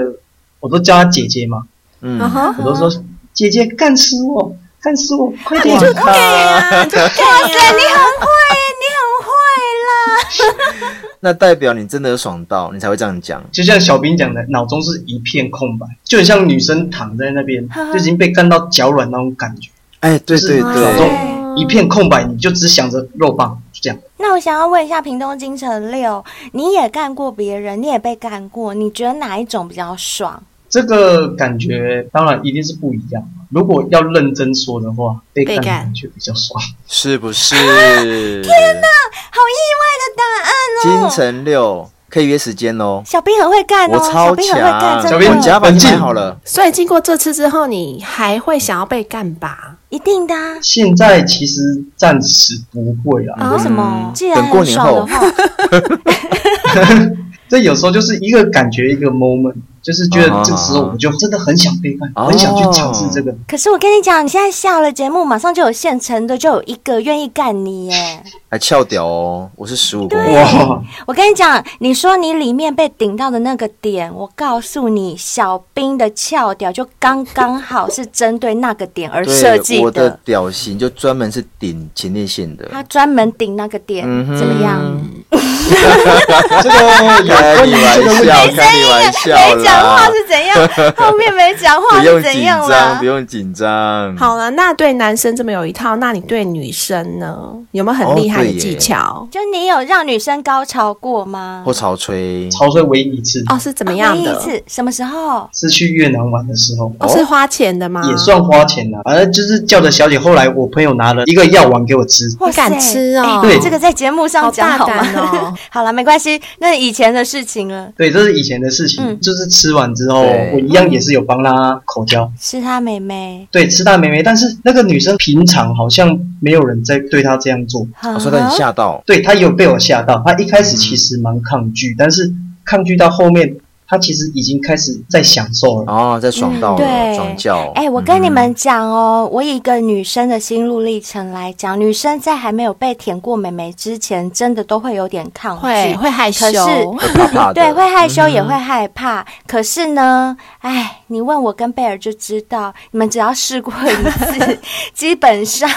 Speaker 5: 我都叫她姐姐嘛，
Speaker 3: 嗯
Speaker 2: 啊。
Speaker 4: Uh-huh
Speaker 2: 哈
Speaker 5: 我都说姐姐干死我，干死我，快点！
Speaker 2: 啊，就
Speaker 4: 哇塞，你很会，你很会啦！
Speaker 3: 那代表你真的有爽到，你才会这样讲。
Speaker 5: 就像小兵讲的，脑中是一片空白，就很像女生躺在那边，就已经被干到脚软那种感觉，
Speaker 3: 哎，对
Speaker 5: 就
Speaker 3: 对
Speaker 5: 是脑
Speaker 3: 对，
Speaker 5: 中一片空白，你就只想着肉棒，就这样。
Speaker 4: 那我想要问一下屏东金城六，你也干过别人，你也被干过，你觉得哪一种比较爽？
Speaker 5: 这个感觉当然一定是不一样。如果要认真说的话，被干
Speaker 2: 被
Speaker 5: 的
Speaker 2: 干
Speaker 5: 感觉比较爽。
Speaker 3: 是不是？ 天哪！
Speaker 4: 好意外的答案
Speaker 3: 金
Speaker 4: 哦！
Speaker 3: 城六可以约时间哦。
Speaker 4: 小兵很会干
Speaker 3: 我
Speaker 4: 哦，
Speaker 3: 超
Speaker 4: 小兵很会
Speaker 3: 强，
Speaker 4: 干，
Speaker 5: 小
Speaker 4: 真
Speaker 5: 兵
Speaker 4: 的
Speaker 3: 我夹板
Speaker 5: 很
Speaker 3: 买
Speaker 5: 近
Speaker 3: 好了。
Speaker 2: 所以经过这次之后，你还会想要被干吧？
Speaker 4: 一定的、啊。
Speaker 5: 现在其实暂时不会啦，
Speaker 4: 啊为什么？
Speaker 3: 嗯
Speaker 4: 既然
Speaker 3: 等过
Speaker 4: 很
Speaker 3: 年
Speaker 4: 爽的
Speaker 3: 后
Speaker 4: 话，
Speaker 5: 这有时候就是一个感觉，一个 moment，就是觉得
Speaker 3: 啊
Speaker 5: 这个时候我就真的很想被干，
Speaker 3: 哦
Speaker 5: 很想去尝试这个。
Speaker 4: 可是我跟你讲，你现在下了节目，马上就有现成的，就有一个愿意干你耶！
Speaker 3: 还翘屌哦，我是十五公
Speaker 4: 啊
Speaker 3: 分。
Speaker 5: 哇，
Speaker 4: 我跟你讲，你说你里面被顶到的那个点，我告诉你，小兵的翘屌就刚刚好是针对那个点而设
Speaker 3: 对，
Speaker 4: 计
Speaker 3: 我的
Speaker 4: 的，
Speaker 3: 屌型就专门是顶前列腺的。
Speaker 4: 他专门顶那个点，
Speaker 3: 嗯哼
Speaker 4: 怎么样？
Speaker 5: 这个有
Speaker 3: 开
Speaker 5: 关于
Speaker 3: 你
Speaker 5: 这个
Speaker 3: 玩
Speaker 5: 问
Speaker 3: 笑，
Speaker 5: 题，
Speaker 3: 开你玩笑
Speaker 4: 没讲话
Speaker 3: 啦！
Speaker 4: 是怎样？后面没讲话
Speaker 3: 不
Speaker 4: 是
Speaker 3: 用
Speaker 4: 怎
Speaker 3: 紧
Speaker 4: 样
Speaker 3: 张，
Speaker 4: 啦
Speaker 3: 不？用紧张。
Speaker 2: 好了，那对男生这么有一套，那你对女生呢？有没有很厉害
Speaker 3: 哦
Speaker 2: 的
Speaker 3: 对耶
Speaker 2: 技巧？
Speaker 4: 就你有让女生高潮过吗
Speaker 3: 或？潮吹，
Speaker 4: 嗯
Speaker 5: 潮水唯一一 次
Speaker 2: 哦，是怎么样的
Speaker 4: 啊第？一次什么时候？
Speaker 5: 是去越南玩的时候。
Speaker 2: 哦，是花钱的吗？
Speaker 5: 也算花钱了，反正就是叫的小姐。后来我朋友拿了一个药丸给我吃，
Speaker 4: 哇塞
Speaker 2: 敢吃哦
Speaker 4: 哎
Speaker 5: 对
Speaker 4: 这个在节目上讲好吗？
Speaker 2: 好大胆哦
Speaker 4: 好了，没关系，那以前的事情了，
Speaker 5: 对，这是以前的事情。
Speaker 4: 嗯
Speaker 5: 就是吃完之后
Speaker 3: 对，
Speaker 5: 我一样也是有帮她口交，
Speaker 4: 是他妹妹。
Speaker 5: 对，吃大美眉，但是那个女生平常好像没有人在对她这样做，
Speaker 3: 我
Speaker 4: 我
Speaker 3: 哦说到你吓到，
Speaker 5: 对她有被我吓到，她一开始其实蛮抗拒，但是抗拒到后面，他其实已经开始在享受了。
Speaker 3: 哦，在爽到了，
Speaker 4: 对
Speaker 3: 爽觉。
Speaker 4: 哎、我跟你
Speaker 3: 嗯
Speaker 4: 们讲哦，我以一个女生的心路历程来讲，女生在还没有被舔过美眉之前，真的都会有点抗拒，
Speaker 2: 会会害羞
Speaker 4: 可，是
Speaker 3: 怕怕的，嗯
Speaker 4: 对，会害羞也会害怕。可是呢，哎，你问我跟贝尔就知道，你们只要试过 一次，基本上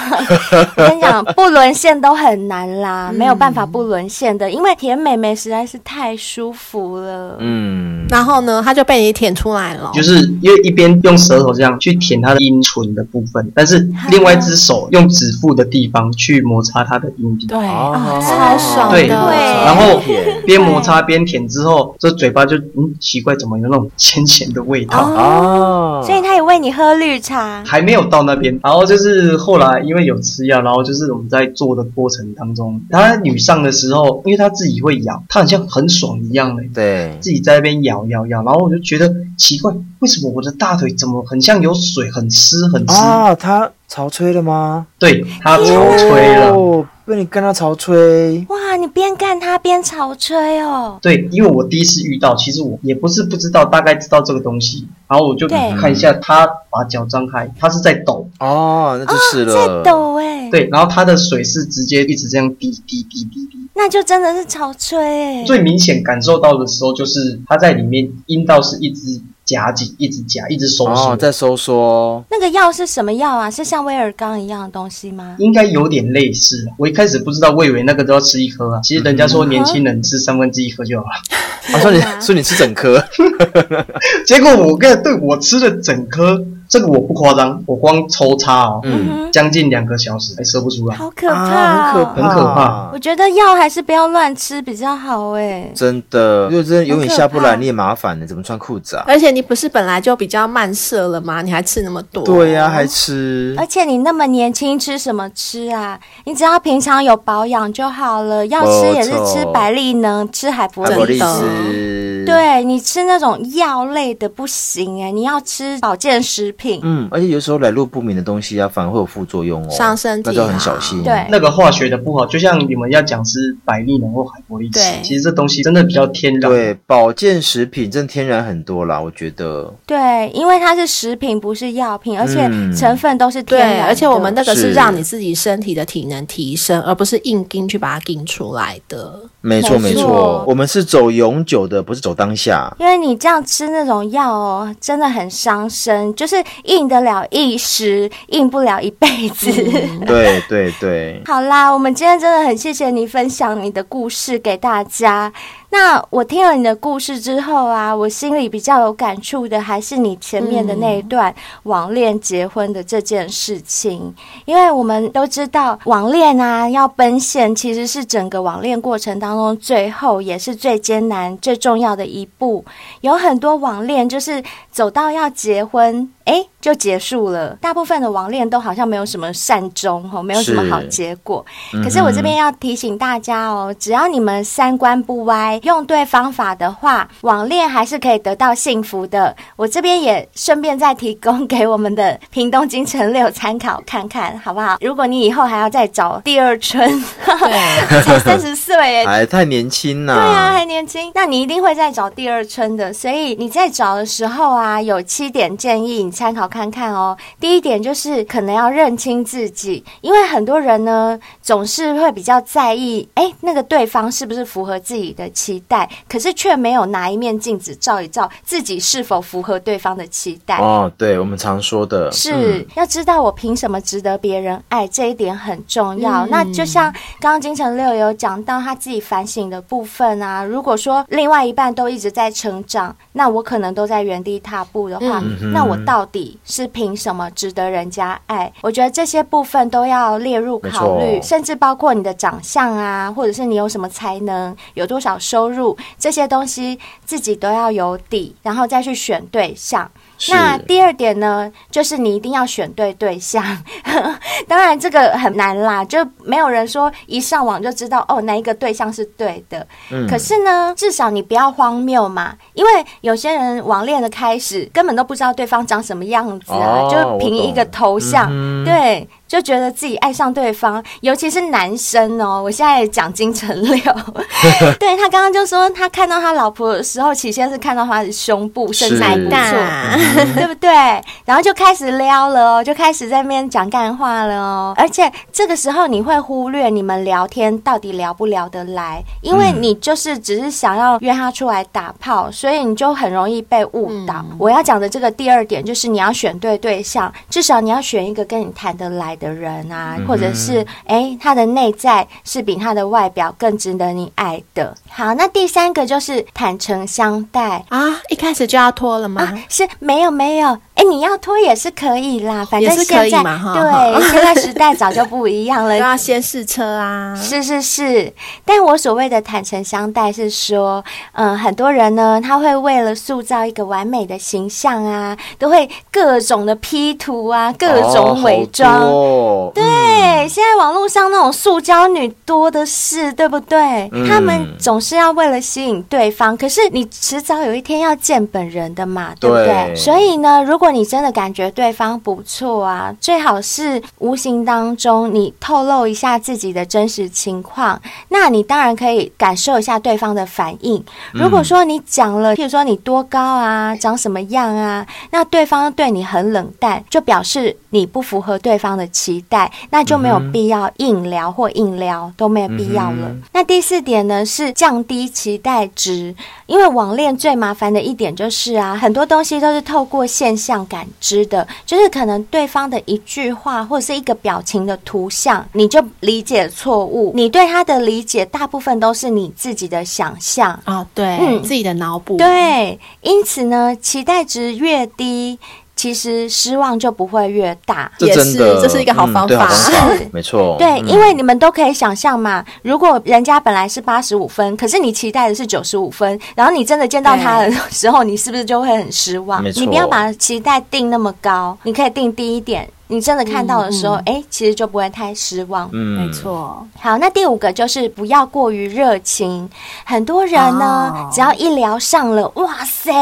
Speaker 4: 我跟你讲，不沦陷都很 难
Speaker 3: 嗯
Speaker 4: 啦，没有办法不沦陷的，因为甜美眉实在是太舒服了。
Speaker 3: 嗯，
Speaker 2: 然后呢，他就被你舔出来了。
Speaker 5: 就是因为一边用舌头这样去舔它的阴唇的部分，但是另外一只手用指腹的地方去摩擦它的阴蒂，
Speaker 2: 对，
Speaker 3: 哦
Speaker 2: 啊，超爽
Speaker 5: 对，
Speaker 2: 的。
Speaker 5: 然后
Speaker 3: 对
Speaker 5: 边摩擦边舔之后，这嘴巴就嗯奇怪，怎么有那种 咸咸的味道？
Speaker 3: 哦，
Speaker 4: 所以他也喂你喝绿茶，
Speaker 5: 还没有到那边，然后就是后来因为有吃药，然后就是我们在做的过程当中，她女上的时候，因为她自己会咬，她好像很爽一样嘞、
Speaker 3: 对，
Speaker 5: 自己在那边咬咬咬，然后我就觉得奇怪，为什么我的大腿怎么很像有水，很湿
Speaker 4: 嗯
Speaker 5: 很湿？
Speaker 3: 啊，他潮吹了吗？
Speaker 5: 对，它潮吹了。
Speaker 3: 哦，被你跟他潮吹，
Speaker 4: 哇，你边干他边潮吹哦。
Speaker 5: 对，因为我第一次遇到，其实我也不是不知道，大概知道这个东西，然后我就
Speaker 4: 对
Speaker 5: 看一下他把脚张开，他是在抖，
Speaker 3: 哦，那就是
Speaker 4: 在
Speaker 3: 了，
Speaker 4: 抖哎、
Speaker 5: 对，然后他的水是直接一直这样滴滴滴滴滴。
Speaker 4: 那就真的是潮吹哎、
Speaker 5: 最明显感受到的时候，就是他在里面阴道是一直夹紧，一直夹，一直收缩，
Speaker 3: 哦，在收缩，
Speaker 4: 那个药是什么药啊？是像威尔刚一样的东西吗？
Speaker 5: 应该有点类似。我一开始不知道，我以为那个都要吃一颗啊。
Speaker 3: 嗯
Speaker 5: 其实人家说年轻人吃三分之一颗就好了，
Speaker 3: 啊，说你
Speaker 4: 对啊
Speaker 3: 说你吃整颗，
Speaker 5: 结果我跟对我吃了整颗，这个我不夸张，我光抽插哦，
Speaker 3: 嗯，
Speaker 4: 嗯
Speaker 5: 将近两个小时还射不出来。
Speaker 4: 好可
Speaker 3: 啊
Speaker 4: 怕、
Speaker 3: 很
Speaker 4: 哦
Speaker 3: 可
Speaker 5: 很可怕
Speaker 4: 我觉得药还是不要乱吃比较好哎、
Speaker 3: 真的，如果真的永远下不
Speaker 4: 很可
Speaker 3: 来，
Speaker 4: 怕
Speaker 3: 你也麻烦了，怎么穿裤子啊？
Speaker 2: 而且你不是本来就比较慢射了吗？你还吃那么多？
Speaker 3: 对呀，还吃，
Speaker 4: 而且你那么年轻，吃什么吃啊？你只要平常有保养就好了。要吃也是
Speaker 3: 没错
Speaker 4: 吃百利能，吃海博
Speaker 3: 还
Speaker 2: 真
Speaker 3: 不
Speaker 2: 的
Speaker 3: 利
Speaker 4: 利斯。
Speaker 3: 斯，，
Speaker 4: 对你吃那种药类的不行哎、你要吃保健食品。
Speaker 3: 嗯，而且有时候来路不明的东西啊，反而会有副作用哦，
Speaker 2: 伤身体
Speaker 3: 那
Speaker 2: 啊
Speaker 3: 就很小心，
Speaker 4: 对
Speaker 5: 那个化学的不好，就像你们要讲是百利能或海博利斯
Speaker 2: 对，
Speaker 5: 其实这东西真的比较天然。
Speaker 3: 对，保健食品真的天然很多啦，我觉得，
Speaker 4: 对，因为它是食品，不是药品，而且
Speaker 3: 嗯
Speaker 4: 成分都是天然
Speaker 2: 对，
Speaker 4: 的
Speaker 2: 而且我们那个
Speaker 3: 是
Speaker 2: 是让你自己身体的体能提升，而不是硬盯去把它盯出来的。
Speaker 3: 没错
Speaker 4: 没
Speaker 3: 没
Speaker 4: 错
Speaker 3: 错，我们是走永久的，不是走当下。
Speaker 4: 因为你这样吃那种药哦，真的很伤身，就是应得了一时，应不了一辈子。
Speaker 2: 嗯
Speaker 3: 对对对，
Speaker 4: 好啦，我们今天真的很谢谢你分享你的故事给大家。那我听了你的故事之后啊，我心里比较有感触的还是你前面的那一段网恋结婚的这件事情，因为我们都知道网恋啊要奔现，其实是整个网恋过程当中最后也是最艰难、最重要的一步。有很多网恋就是走到要结婚，哎，就结束了。大部分的网恋都好像没有什么善终哦，没有什么
Speaker 3: 是
Speaker 4: 好结果。可是我这边要提醒大家哦，只要你们三观不歪，用对方法的话，网恋还是可以得到幸福的。我这边也顺便再提供给我们的屏东金城六参考看看，好不好？如果你以后还要再找第二春，
Speaker 2: 对
Speaker 4: 才三十岁耶，
Speaker 3: 哎，太年轻啦、
Speaker 4: 对啊，还年轻，那你一定会再找第二春的。所以你在找的时候啊，有七点建议你参考看看哦。第一点就是可能要认清自己，因为很多人呢总是会比较在意，哎，那个对方是不是符合自己的期待，可是却没有拿一面镜子照一照自己是否符合对方的期待。
Speaker 3: 哦，对，我们常说的
Speaker 4: 是、
Speaker 3: 嗯
Speaker 4: 要知道我凭什么值得别人爱，这一点很重
Speaker 3: 嗯
Speaker 4: 要。那就像刚刚金城六有讲到他自己反省的部分啊，如果说另外一半都一直在成长，那我可能都在原地踏步的话，
Speaker 3: 嗯
Speaker 4: 那我到底是凭什么值得人家爱？我觉得这些部分都要列入考
Speaker 3: 没
Speaker 4: 虑，
Speaker 3: 错
Speaker 4: 甚至包括你的长相啊，或者是你有什么才能，有多少收入，这些东西自己都要有底，然后再去选对象。
Speaker 3: 是
Speaker 4: 那第二点呢，就是你一定要选对对象。 当然这个很难啦，就没有人说一上网就知道哦哪一个对象是对的。
Speaker 3: 嗯
Speaker 4: 可是呢，至少你不要荒谬嘛，因为有些人网恋的开始根本都不知道对方长什么样子啊，
Speaker 3: 哦
Speaker 4: 就凭一个头像，
Speaker 3: 嗯哼
Speaker 4: 对。就觉得自己爱上对方，尤其是男生哦。我现在也讲金城 六，对他刚刚就说，他看到他老婆的时候，起先是看到他的胸部、身材
Speaker 3: 是
Speaker 4: 不错，
Speaker 2: 大，
Speaker 4: 对不对？然后就开始撩了哦，就开始在那边讲干话了哦。而且这个时候你会忽略你们聊天到底聊不聊得来，因为你就是只是想要约他出来打炮，所以你就很容易被误导。我要讲的这个第二点就是你要选对对象，至少你要选一个跟你谈得来的人啊，或者是诶，他的内在是比他的外表更值得你爱的。好，那第三个就是坦诚相待。
Speaker 2: 啊，一开始就要脱了吗？
Speaker 4: 啊，是没有没有，哎、你要脱也是可以啦，反
Speaker 2: 也
Speaker 4: 正
Speaker 2: 是可
Speaker 4: 现
Speaker 2: 以
Speaker 4: 在
Speaker 2: 嘛哈哈
Speaker 4: 对现在时代早就不一样
Speaker 2: 都
Speaker 4: 了。
Speaker 2: 要先试车啊，
Speaker 4: 是是是，但我所谓的坦诚相待是说，嗯、很多人呢，他会为了塑造一个完美的形象啊，都会各种的 P 图啊，各种伪装。
Speaker 3: 哦好多哦
Speaker 4: 对，现在网络上那种塑胶女多的是，对不对？
Speaker 3: 嗯
Speaker 4: 他们总是要为了吸引对方，可是你迟早有一天要见本人的嘛，对不对？
Speaker 3: 对
Speaker 4: 所以呢，如果你真的感觉对方不错啊，最好是无形当中你透露一下自己的真实情况，那你当然可以感受一下对方的反应。如果说你讲了，譬如说你多高啊，长什么样啊，那对方对你很冷淡，就表示你不符合对方的期待，那就没有必要硬聊或硬聊都没有必要了。
Speaker 3: 嗯
Speaker 4: 那第四点呢是降低期待值，因为网恋最麻烦的一点就是啊，很多东西都是透过现象感知的，就是可能对方的一句话或是一个表情的图像，你就理解错误，你对他的理解大部分都是你自己的想象。
Speaker 2: 啊，对，
Speaker 4: 嗯
Speaker 2: 自己的脑补，，
Speaker 4: 对，因此呢，期待值越低，其实失望就不会越大。
Speaker 3: 这
Speaker 2: 也
Speaker 3: 真
Speaker 2: 是
Speaker 3: 的
Speaker 2: 这是一个好
Speaker 3: 嗯
Speaker 2: 方
Speaker 3: 对
Speaker 2: 法
Speaker 3: 方
Speaker 4: 是
Speaker 3: 法没错，
Speaker 4: 对，
Speaker 3: 嗯
Speaker 4: 因为你们都可以想象嘛，如果人家本来是八十五分，可是你期待的是九十五分，然后你真的见到他的时候，你是不是就会很失望？
Speaker 3: 没错
Speaker 4: 你不要把期待定那么高，你可以定低一点。你真的看到的时候，哎、其实就不会太失望。
Speaker 3: 嗯
Speaker 2: 没错，
Speaker 4: 好，那第五个就是不要过于热情。很多人呢，
Speaker 2: 哦
Speaker 4: 只要一聊上了，哇塞，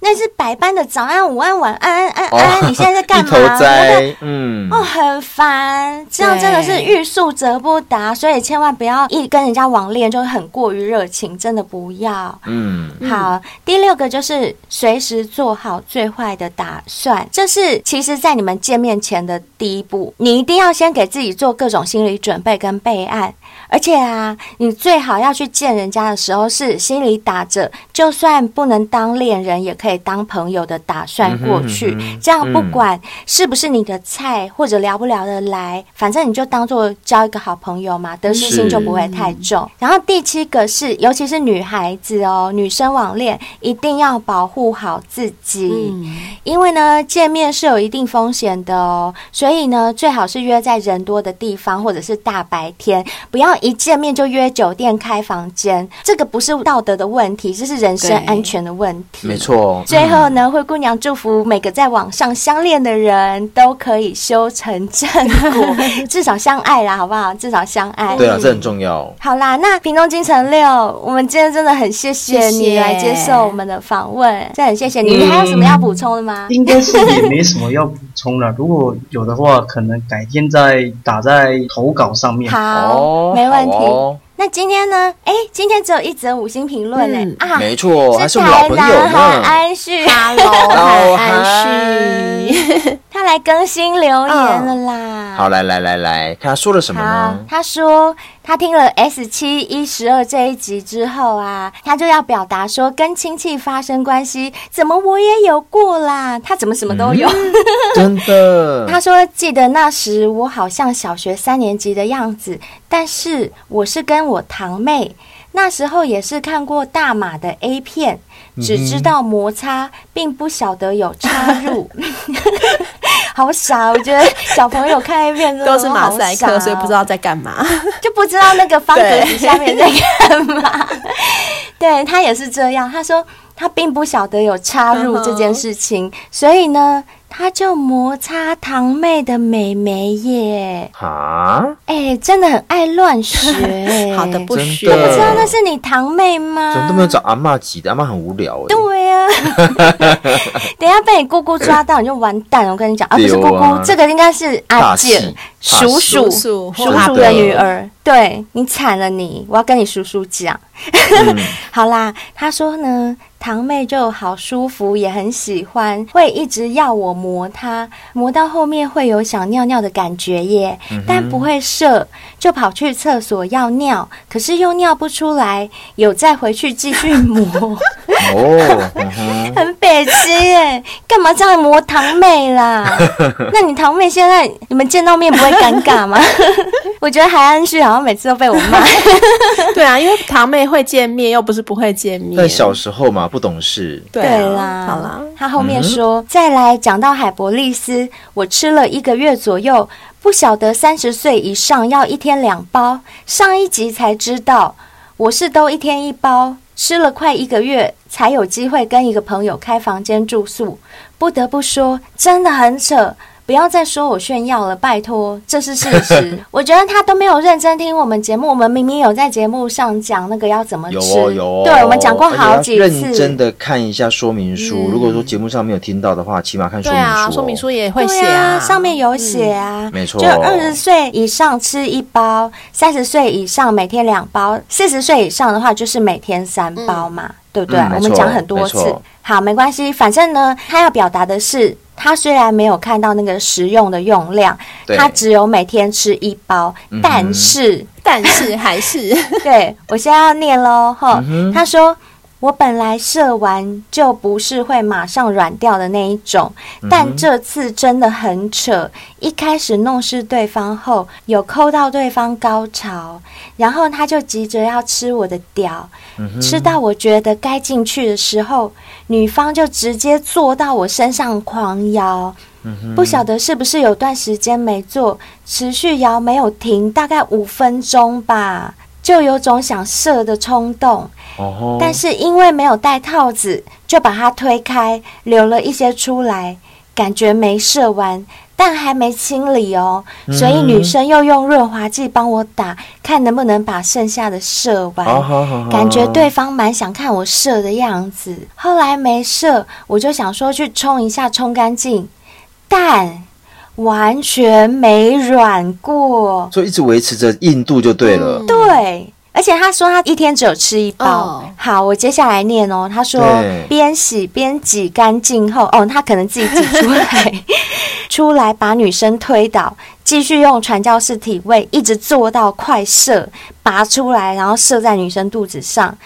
Speaker 4: 那是百般的早安、午安、晚安、安
Speaker 3: 哦
Speaker 4: 安啊安，你现在在干
Speaker 3: 一
Speaker 4: 嘛？
Speaker 3: 头
Speaker 4: 对不对
Speaker 3: 栽，嗯，
Speaker 4: 哦，很烦，这样真的是欲速则不
Speaker 3: 嗯
Speaker 4: 达，所以千万不要一跟人家网恋就很过于热情，真的不要。
Speaker 3: 嗯，
Speaker 4: 好，第六个就是随时做好最坏的打算，这是其实，在你们见面前的第一步，你一定要先给自己做各种心理准备跟备案。而且啊，你最好要去见人家的时候是心里打着，就算不能当恋人，也可以当朋友的打算过去。
Speaker 3: 嗯哼嗯哼
Speaker 4: 这样不
Speaker 3: 嗯
Speaker 4: 管是不是你的菜，或者聊不聊得来，反正你就当做交一个好朋友嘛，得失心
Speaker 3: 是
Speaker 4: 就不会太
Speaker 3: 嗯
Speaker 4: 重。然后第七个是，尤其是女孩子哦，女生网恋一定要保护好自己。
Speaker 2: 嗯，
Speaker 4: 因为呢，见面是有一定风险的哦，所以呢，最好是约在人多的地方，或者是大白天，不要一见面就约酒店开房间。这个不是道德的问题，这是人身
Speaker 2: 对
Speaker 4: 安全的问题。
Speaker 3: 没。错，
Speaker 4: 最后呢，灰姑娘祝福每个在网上相恋的人都可以修成正 果，至少相爱啦，好不好？至少相爱。
Speaker 3: 对啊，这很重要。
Speaker 4: 好啦，那屏东金城六，我们今天真的很谢谢
Speaker 2: 谢
Speaker 4: 你
Speaker 2: 谢
Speaker 4: 来接受我们的访问，真的很谢谢
Speaker 3: 嗯
Speaker 4: 你。你还有什么要补充的吗？
Speaker 5: 应该是也没什么要补充了。如果有的话，可能改天再打在投稿上面。
Speaker 4: 好，
Speaker 3: 哦
Speaker 4: 没问题。
Speaker 3: 好哦
Speaker 4: 那今天呢？哎，今天只有一则五星评论呢、
Speaker 2: 嗯
Speaker 4: 啊，
Speaker 3: 没错，还是
Speaker 4: 是
Speaker 3: 我们老
Speaker 4: 台
Speaker 3: 朋友
Speaker 4: 南韩
Speaker 3: 呢。哦
Speaker 4: 安旭，
Speaker 2: 好，安
Speaker 3: 好
Speaker 2: 旭，
Speaker 4: 他来更新留言了啦。
Speaker 3: 好，来来来来，看他说了什么
Speaker 4: 好
Speaker 3: 呢，？
Speaker 4: 他说他听了 S 七一十二这一集之后啊，他就要表达说跟亲戚发生关系，怎么我也有过啦，他怎么什么都
Speaker 3: 嗯
Speaker 4: 有。
Speaker 3: 真
Speaker 2: 嗯
Speaker 3: 的，
Speaker 4: 他说：“记得那时我好像小学三年级的样子，但是我是跟我堂妹，那时候也是看过大马的 A 片，只知道摩擦，并不晓得有插 入。 好傻，我觉得小朋友看 A 片真的
Speaker 2: 都是马赛
Speaker 4: 好傻
Speaker 2: 克，
Speaker 4: 哦
Speaker 2: 所以不知道在干嘛。
Speaker 4: 就不知道那个方格子
Speaker 2: 对
Speaker 4: 下面在干嘛。 对他也是这样，他说他并不晓得有插入这件事
Speaker 2: 嗯
Speaker 4: 情，所以呢，他就摩擦堂妹的美眉耶，
Speaker 3: 啊，
Speaker 4: 哎、真的很爱乱学、哎
Speaker 2: 好的，不
Speaker 3: 真
Speaker 2: 学
Speaker 3: 的
Speaker 4: 不知道那是你堂妹吗？
Speaker 3: 怎么都没有找阿嬷挤的？阿嬷很无聊哎、
Speaker 4: 对呀、 等一下被你姑姑抓到，你就完蛋了。我跟你讲，啊，不是
Speaker 3: 对哦
Speaker 4: 姑姑，
Speaker 3: 啊
Speaker 4: 这个应该是阿
Speaker 3: 大气
Speaker 4: 姐，叔叔，
Speaker 2: 叔叔
Speaker 4: 叔
Speaker 3: 阿
Speaker 4: 叔
Speaker 3: 伯
Speaker 4: 的女儿。对你惨了你，我要跟你叔叔讲。嗯 好啦，他说呢，堂妹就好舒服，也很喜欢，会一直要我磨她，磨到后面会有想尿尿的感觉耶，但不会射，就跑去厕所要尿，可是又尿不出来，有再回去继续磨。
Speaker 3: 哦，嗯哼
Speaker 4: 很北痴耶，干嘛这样磨堂妹啦？那你堂妹现在你们见到面不会尴尬吗？ 我觉得海安旭好像每次都被我骂。
Speaker 2: 对啊，因为堂妹会见面，又不是不会见面。
Speaker 3: 但小时候嘛，不懂事，
Speaker 2: 对啊
Speaker 4: 对啦，
Speaker 2: 好啦，
Speaker 4: 他后面说，再来讲到海博利斯，我吃了一个月左右，不晓得三十岁以上要一天两包，上一集才知道，我是都一天一包，吃了快一个月才有机会跟一个朋友开房间住宿，不得不说，真的很扯。不要再说我炫耀了，拜托，这是事实。我觉得他都没有认真听我们节目，我们明明有在节目上讲那个要怎么吃，
Speaker 3: 有哦有哦，
Speaker 4: 对我们讲过好几次，嗯
Speaker 3: 而且要认真的看一下说明书。如果说节目上没有听到的话，起码看说
Speaker 2: 对
Speaker 3: 明书、
Speaker 2: 啊，嗯
Speaker 3: 哦。
Speaker 2: 说明书也会
Speaker 4: 对
Speaker 2: 写
Speaker 4: 啊，上面有写啊，
Speaker 3: 没错
Speaker 4: 就二十岁以上吃一包，三十岁以上每天两包，四十岁以上的话就是每天三包嘛，对不对？
Speaker 3: 嗯没
Speaker 4: 我
Speaker 3: 错
Speaker 4: 们讲很多次
Speaker 3: 没错，
Speaker 4: 好，没关系，反正呢，他要表达的是。他虽然没有看到那个食用的用量，
Speaker 3: 对
Speaker 4: 他只有每天吃一包，
Speaker 3: 嗯哼
Speaker 4: 但是
Speaker 2: 但是还 是
Speaker 4: 对我现在要念喽，
Speaker 3: 嗯
Speaker 4: 哈、他说。我本来射完就不是会马上软掉的那一种，但这次真的很扯。一开始弄湿对方后，有抠到对方高潮，然后他就急着要吃我的屌，吃到我觉得该进去的时候，女方就直接坐到我身上狂摇。不晓得是不是有段时间没做，持续摇没有停，大概五分钟吧，就有种想射的冲动，
Speaker 3: 哦吼，
Speaker 4: 但是因为没有戴套子，就把它推开，留了一些出来，感觉没射完。但还没清理哦，所以女生又用润滑剂帮我打，看能不能把剩下的射完。
Speaker 3: 哦好好好好，
Speaker 4: 感觉对方蛮想看我射的样子。后来没射，我就想说去冲一下，冲干净，但完全没软过。
Speaker 3: 所以一直维持着硬度就对了。
Speaker 4: 嗯对。而且他说他一天只有吃一包。
Speaker 2: 哦
Speaker 4: 好，我接下来念哦。他说
Speaker 3: 对
Speaker 4: 边洗边挤干净后，哦，他可能自己挤出来，出来把女生推倒，继续用传教士体位一直做到快射，拔出来，然后射在女生肚子上。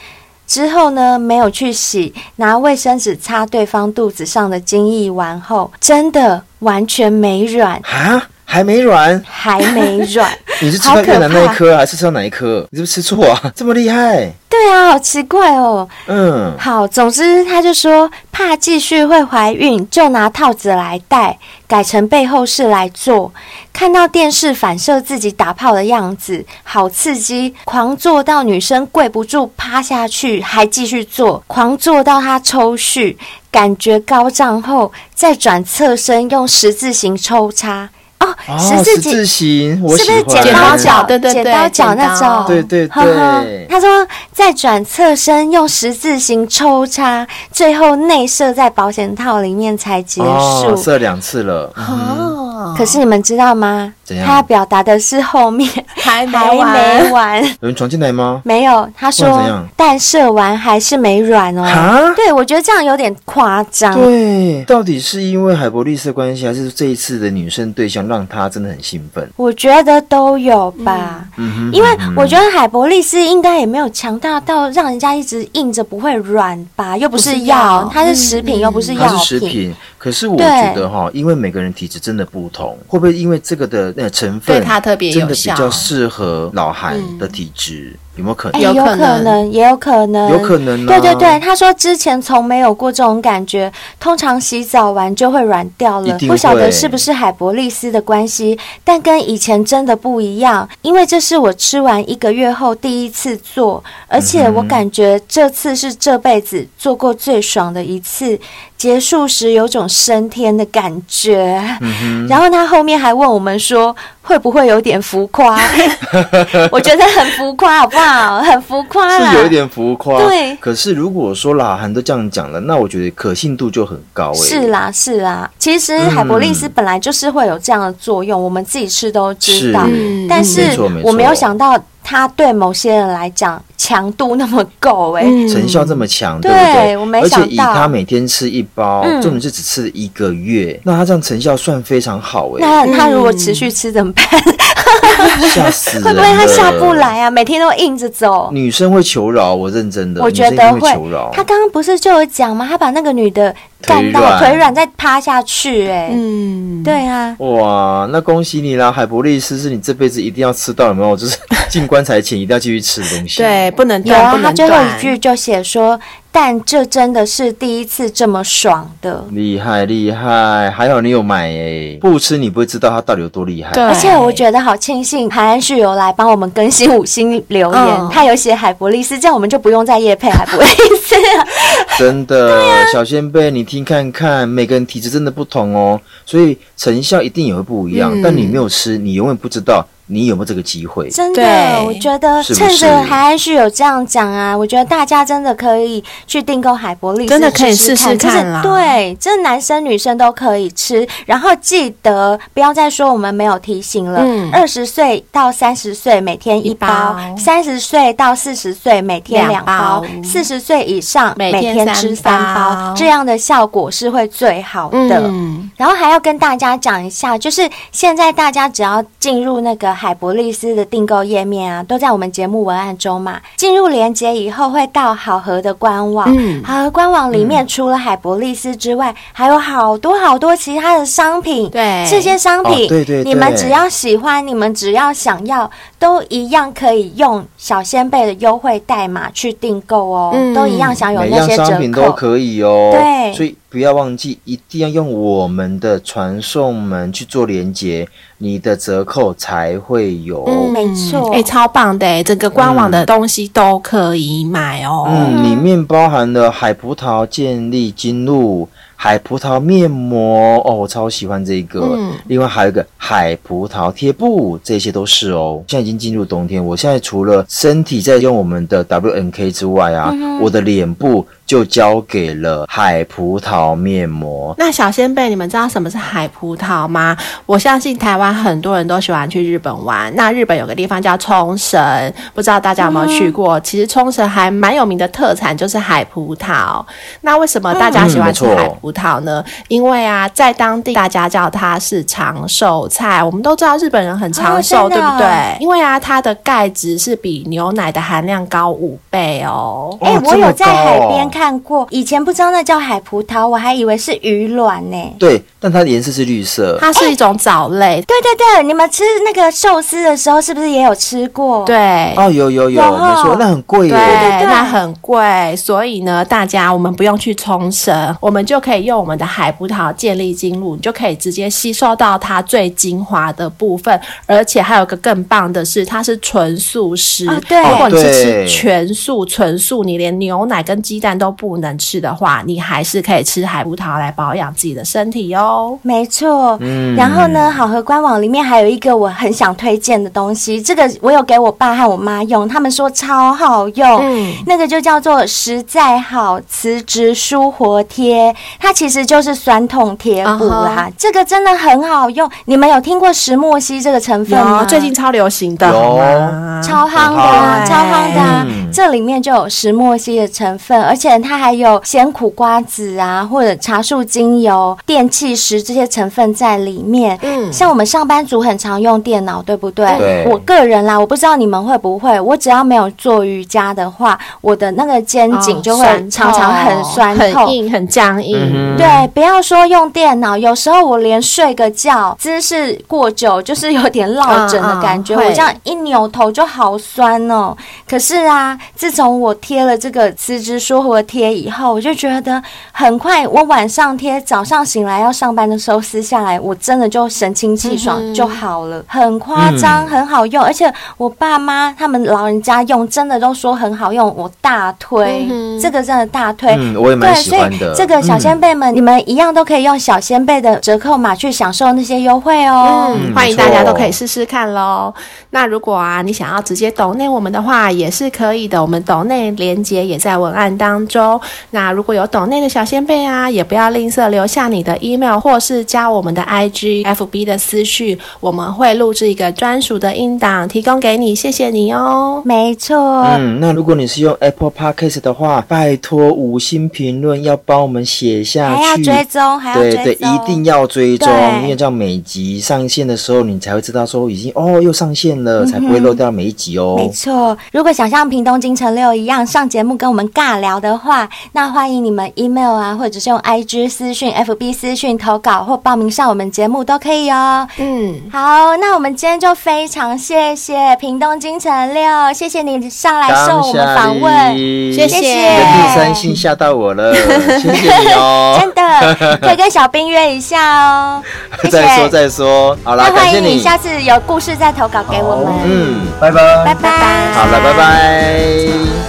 Speaker 4: 之后呢，没有去洗，拿卫生纸擦对方肚子上的精液，完后真的完全没软，
Speaker 3: 啊，还没软？
Speaker 4: 还没软。
Speaker 3: 你是吃
Speaker 4: 好
Speaker 3: 到
Speaker 4: 可怕
Speaker 3: 越南那一颗啊，还是吃到哪一颗？你是不是吃错 啊？这么厉害？
Speaker 4: 对啊，好奇怪哦。
Speaker 3: 嗯，
Speaker 4: 好，总之他就说怕继续会怀孕，就拿套子来戴，改成背后式来做。看到电视反射自己打炮的样子，好刺激！狂做到女生跪不住趴下去，还继续做，狂做到她抽搐，感觉高涨后再转侧身用十字形抽插。哦，
Speaker 3: 哦，
Speaker 4: 十
Speaker 3: 十
Speaker 4: 字形
Speaker 3: 字形，我
Speaker 4: 是
Speaker 3: 喜
Speaker 4: 不是
Speaker 3: 欢。
Speaker 4: 剪
Speaker 2: 刀
Speaker 4: 脚？
Speaker 2: 脚对对对
Speaker 4: 剪刀脚那
Speaker 2: 剪刀
Speaker 4: 种。
Speaker 3: 对对
Speaker 4: 呵呵
Speaker 3: 对，
Speaker 4: 他说再转侧身用十字形抽插，最后内射在保险套里面才结束。啊
Speaker 3: 哦，射两次了，嗯哼
Speaker 2: 哦，
Speaker 4: 可是你们知道吗？
Speaker 3: 怎样
Speaker 4: 他要表达的是后面
Speaker 2: 还没
Speaker 4: 还
Speaker 2: 完
Speaker 4: 没完，
Speaker 3: 有人闯进来吗？
Speaker 4: 没有。他
Speaker 3: 不然
Speaker 4: 说
Speaker 3: 怎样
Speaker 4: 但射完还是没软哦。
Speaker 3: 啊？
Speaker 4: 对，啊我觉得这样有点夸张。
Speaker 3: 对，到底是因为海博利斯的关系，还是这一次的女生对象让他真的很兴奋？嗯
Speaker 4: 我觉得都有吧，嗯因为我觉得海博利斯应该也没有强大到让人家一直硬着不会软吧，又不是药，它是食品又不是
Speaker 3: 嗯它
Speaker 4: 药
Speaker 3: 是食
Speaker 4: 品，
Speaker 3: 品，可是我觉得哈，因为每个人体质真的不同，会不会因为这个的呃成分
Speaker 2: 对它特别有
Speaker 3: 真的比
Speaker 2: 效
Speaker 3: 较适合老韩的体质？有没有可
Speaker 4: 哎，
Speaker 3: 能？
Speaker 2: 有
Speaker 4: 有
Speaker 2: 可能
Speaker 4: 能，也有可能，
Speaker 3: 有可能啊
Speaker 4: 呃对对对，他说之前从没有过这种感觉，通常洗澡完就会软掉
Speaker 3: 一
Speaker 4: 了，
Speaker 3: 定会
Speaker 4: 不晓得是不是海博利斯的关系，但跟以前真的不一样，因为这是我吃完一个月后第一次做，而且
Speaker 3: 嗯
Speaker 4: 我感觉这次是这辈子做过最爽的一次，结束时有种升天的感觉。
Speaker 3: 嗯
Speaker 4: 然后他后面还问我们说，会不会有点浮夸？ 我觉得很浮夸，好不好？很浮夸啦，
Speaker 3: 是有一点浮夸，
Speaker 4: 对
Speaker 3: 可是如果说啦，韩都这样讲了，那我觉得可信度就很高欸诶、
Speaker 4: 是，啦，是啦。其实
Speaker 3: 嗯
Speaker 4: 海博利斯本来就是会有这样的作用，我们自己吃都知道。嗯
Speaker 2: 嗯
Speaker 3: 是
Speaker 4: 但
Speaker 3: 没
Speaker 4: 是
Speaker 3: 错没错
Speaker 4: 我没有想到，它对某些人来讲强度那么够哎、
Speaker 2: 嗯
Speaker 3: 成效这么强，
Speaker 4: 对
Speaker 3: 对不对？
Speaker 4: 我没
Speaker 3: 而
Speaker 4: 想
Speaker 3: 且
Speaker 4: 到
Speaker 3: 以他每天吃一包，
Speaker 4: 嗯
Speaker 3: 重点是只吃了一个月，那他这样成效算非常好欸诶、
Speaker 2: 嗯
Speaker 4: 那他如果持续吃怎么办？
Speaker 3: 吓死人！
Speaker 4: 会不会他下不？来啊？每天都硬着走？
Speaker 3: 女生会求饶，我认真的，
Speaker 4: 我觉
Speaker 3: 女生
Speaker 4: 得
Speaker 3: 一定会求饶。
Speaker 4: 他刚刚不是就有讲吗？他把那个女的干
Speaker 3: 腿
Speaker 4: 到
Speaker 3: 软
Speaker 4: 腿软，再趴下去、哎、
Speaker 2: 嗯，
Speaker 4: 对啊，
Speaker 3: 哇，那恭喜你啦！海博利斯是你这辈子一定要吃到，有没 有？就是进棺材前一定要继续吃的东西。
Speaker 2: 对，，不能
Speaker 4: 有
Speaker 2: 断，
Speaker 4: 啊
Speaker 2: 不，
Speaker 4: 他
Speaker 2: 能
Speaker 4: 最后
Speaker 2: 断
Speaker 4: 一句就写说，但这真的是第一次这么爽的。
Speaker 3: 厉害厉害，还好你有买诶、不吃你不会知道它到底有多厉害。
Speaker 2: 对
Speaker 4: 而且我觉得好庆幸，海岸旭有来帮我们更新五星留言，
Speaker 2: 嗯
Speaker 4: 他有写海博利斯，这样我们就不用再夜配海博利斯了。
Speaker 3: 真的，
Speaker 4: 啊
Speaker 3: 小仙贝，你听看看，每个人体质真的不同哦，所以成效一定也会不一样。
Speaker 2: 嗯
Speaker 3: 但你没有吃，你永远不知道你有没有这个机会。
Speaker 4: 真的
Speaker 2: 对，
Speaker 4: 我觉得
Speaker 3: 是不
Speaker 4: 趁
Speaker 3: 是
Speaker 4: 着海岸旭有这样讲啊，我觉得大家真的可以去订购海博利斯，
Speaker 2: 真的可以试
Speaker 4: 试
Speaker 2: 试看啦
Speaker 4: 就是对，这男生女生都可以吃，然后记得不要再说我们没有提醒了
Speaker 2: 嗯。
Speaker 4: 二十岁到三十岁每天一包
Speaker 2: 一包，
Speaker 4: 三十岁到四十岁每天
Speaker 2: 两
Speaker 4: 两
Speaker 2: 包
Speaker 4: 包，四十岁以上
Speaker 2: 每
Speaker 4: 每
Speaker 2: 天
Speaker 4: 天
Speaker 2: 三
Speaker 4: 吃三
Speaker 2: 包
Speaker 4: 包，这样的效果是会最好的。
Speaker 2: 嗯，
Speaker 4: 然后还要跟大家讲一下，就是现在大家只要进入那个海博利斯的订购页面啊，都在我们节目文案中嘛。进入连接以后，会到好和的官网。
Speaker 2: 嗯
Speaker 4: 好和官网里面除了海博利斯之外，还有好多好多其他的商品。
Speaker 2: 对
Speaker 4: 这些商品，
Speaker 3: 哦对对对
Speaker 4: 你们只要喜欢，你们只要想要，都一样可以用小仙贝的优惠代码去订购哦，
Speaker 2: 嗯
Speaker 4: 都一样享有
Speaker 3: 每
Speaker 4: 那
Speaker 3: 样
Speaker 4: 些折扣。
Speaker 3: 商品都可以哦，
Speaker 4: 对
Speaker 3: 所以不要忘记，一定要用我们的传送门去做连接，你的折扣才会有。
Speaker 4: 嗯
Speaker 3: 嗯
Speaker 4: 没错
Speaker 2: 哎、超棒的、哎整个官网的东西都可以买哦。
Speaker 3: 嗯
Speaker 4: 嗯
Speaker 3: 里面包含了海葡萄健力精露、海葡萄面膜哦，我超喜欢这个。
Speaker 2: 嗯
Speaker 3: 另外还有一个海葡萄贴布，这些都是哦。现在已经进入冬天，我现在除了身体在用我们的 WNK 之外
Speaker 4: 嗯
Speaker 3: 啊，我的脸部就交给了海葡萄面膜。
Speaker 2: 那小先贝，你们知道什么是海葡萄吗？我相信台湾很多人都喜欢去日本玩。那日本有个地方叫冲绳，不知道大家有没有去
Speaker 4: 嗯
Speaker 2: 过？其实冲绳还蛮有名的特产就是海葡萄。那为什么大家喜欢吃
Speaker 3: 嗯没错
Speaker 2: 海葡萄呢？因为啊，在当地大家叫它是长寿菜。我们都知道日本人很长寿，
Speaker 4: 哦
Speaker 2: 对
Speaker 4: 真的
Speaker 2: 不
Speaker 4: 哦
Speaker 2: 对？因为啊，它的钙质是比牛奶的含量高五倍哦。
Speaker 4: 哎、
Speaker 3: 哦
Speaker 4: 我
Speaker 3: 这么
Speaker 4: 有在海
Speaker 3: 高哦
Speaker 4: 边看过，以前不知道那叫海葡萄，我还以为是鱼卵呢、
Speaker 3: 对，但它的颜色是绿色。
Speaker 2: 它是一种藻类，
Speaker 4: 对对对，你们吃那个寿司的时候，是不是也有吃过？，
Speaker 2: 对。
Speaker 3: 哦，有有有，
Speaker 4: 有
Speaker 3: 没错
Speaker 4: 哦，
Speaker 3: 那很贵耶。
Speaker 4: 对
Speaker 2: 那很贵，哎所以呢，大家我们不用去冲绳，我们就可以用我们的海葡萄建立精露，你就可以直接吸收到它最精华的部分，而且还有个更棒的是，它是纯素食。
Speaker 4: 哦对
Speaker 2: 如果你是吃
Speaker 3: 对
Speaker 2: 啊全素、纯素，你连牛奶跟鸡蛋都不能吃的话，你还是可以吃海葡萄来保养自己的身体哦。
Speaker 4: 没错。
Speaker 3: 嗯
Speaker 4: 然后呢，好和官网里面还有一个我很想推荐的东西，这个我有给我爸和我妈用，他们说超好用。
Speaker 2: 嗯
Speaker 4: 那个就叫做实在好辞职舒活贴，它其实就是酸痛贴布啦。这个真的很好用，你们有听过石墨烯这个成分吗
Speaker 2: 有？最近超流行的，
Speaker 3: 有
Speaker 2: 好吗
Speaker 4: 超夯的、啊，
Speaker 2: 对
Speaker 4: 超夯的、啊
Speaker 3: 嗯
Speaker 4: 这里面就有石墨烯的成分，而且它还有咸苦瓜子啊，或者茶树精油、电气食这些成分在里面。
Speaker 2: 嗯
Speaker 4: 像我们上班族很常用电脑，对不对？
Speaker 3: 对
Speaker 4: 我个人啦，我不知道你们会不会，我只要没有做瑜伽的话，我的那个肩
Speaker 2: 哦
Speaker 4: 颈就会
Speaker 2: 酸
Speaker 4: 常常很
Speaker 2: 痛
Speaker 4: 酸痛。
Speaker 2: 很硬、很僵硬。
Speaker 3: 嗯哼，
Speaker 4: 对，不要说用电脑，有时候我连睡个觉姿势过久，就是有点落枕的感
Speaker 2: 嗯
Speaker 4: 觉。
Speaker 2: 嗯
Speaker 4: 我
Speaker 2: 会
Speaker 4: 这样一扭头就好酸哦。可是啊，自从我贴了这个辞职舒活贴以后，我就觉得很快，我晚上贴，早上醒来要上班的时候撕下来，我真的就神清气爽
Speaker 2: 嗯哼
Speaker 4: 就好了，很夸张，
Speaker 3: 嗯
Speaker 4: 很好用。而且我爸妈他们老人家用，真的都说很好用，我大推、
Speaker 2: 嗯哼
Speaker 4: 这个真的大推。
Speaker 3: 嗯，我也蛮
Speaker 4: 对，
Speaker 3: 喜
Speaker 4: 所
Speaker 3: 欢
Speaker 4: 以
Speaker 3: 的。
Speaker 4: 这个小
Speaker 3: 嗯
Speaker 4: 先辈们，你们一样都可以用小先辈的折扣码去享受那些优惠哦。
Speaker 2: 嗯，
Speaker 3: 嗯
Speaker 2: 欢迎
Speaker 3: 没
Speaker 2: 大
Speaker 3: 错
Speaker 2: 家都可以试试看喽。那如果啊，你想要直接抖内我们的话，也是可以的。我们抖内连接也在文案当中。那如果有抖内的小先辈啊，也不要吝啬留下你的 email 或是加我们的 IG、FB 的私讯，我们会录制一个专属的音档提供给你，谢谢你哦。
Speaker 4: 没错，
Speaker 3: 嗯，那如果你是用 Apple Podcast 的话，拜托五星评论要帮我们写下
Speaker 4: 还要
Speaker 3: 去。
Speaker 4: 追踪，还要
Speaker 3: 对
Speaker 4: 追
Speaker 3: 对，
Speaker 4: 踪，
Speaker 3: 一定要追踪，
Speaker 4: 对
Speaker 3: 因为这样每集上线的时候，你才会知道说已经哦又上线
Speaker 4: 嗯
Speaker 3: 了，才不会漏掉每一集哦。
Speaker 4: 没错，如果想像屏东金城六一样上节目跟我们尬聊的话，那欢迎你们 email 啊，或者是用 IG 私讯、FB 私讯投稿或报名上我们节目都可以哦。
Speaker 2: 嗯，
Speaker 4: 好，那我们今天就非常谢谢屏东金城六，谢谢你上来受我们访问。
Speaker 3: 谢
Speaker 2: 谢谢
Speaker 3: 第三星吓到我 了，谢谢你哦。
Speaker 4: 真的可以跟小兵约一下哦。谢 谢。
Speaker 3: 再说再说，好啦，
Speaker 4: 那
Speaker 3: 感
Speaker 4: 欢
Speaker 3: 谢
Speaker 4: 迎你
Speaker 3: 你，
Speaker 4: 下次有故事再投稿给我们。
Speaker 3: 嗯，
Speaker 5: 拜拜。
Speaker 4: 拜拜。
Speaker 3: 好了，拜拜。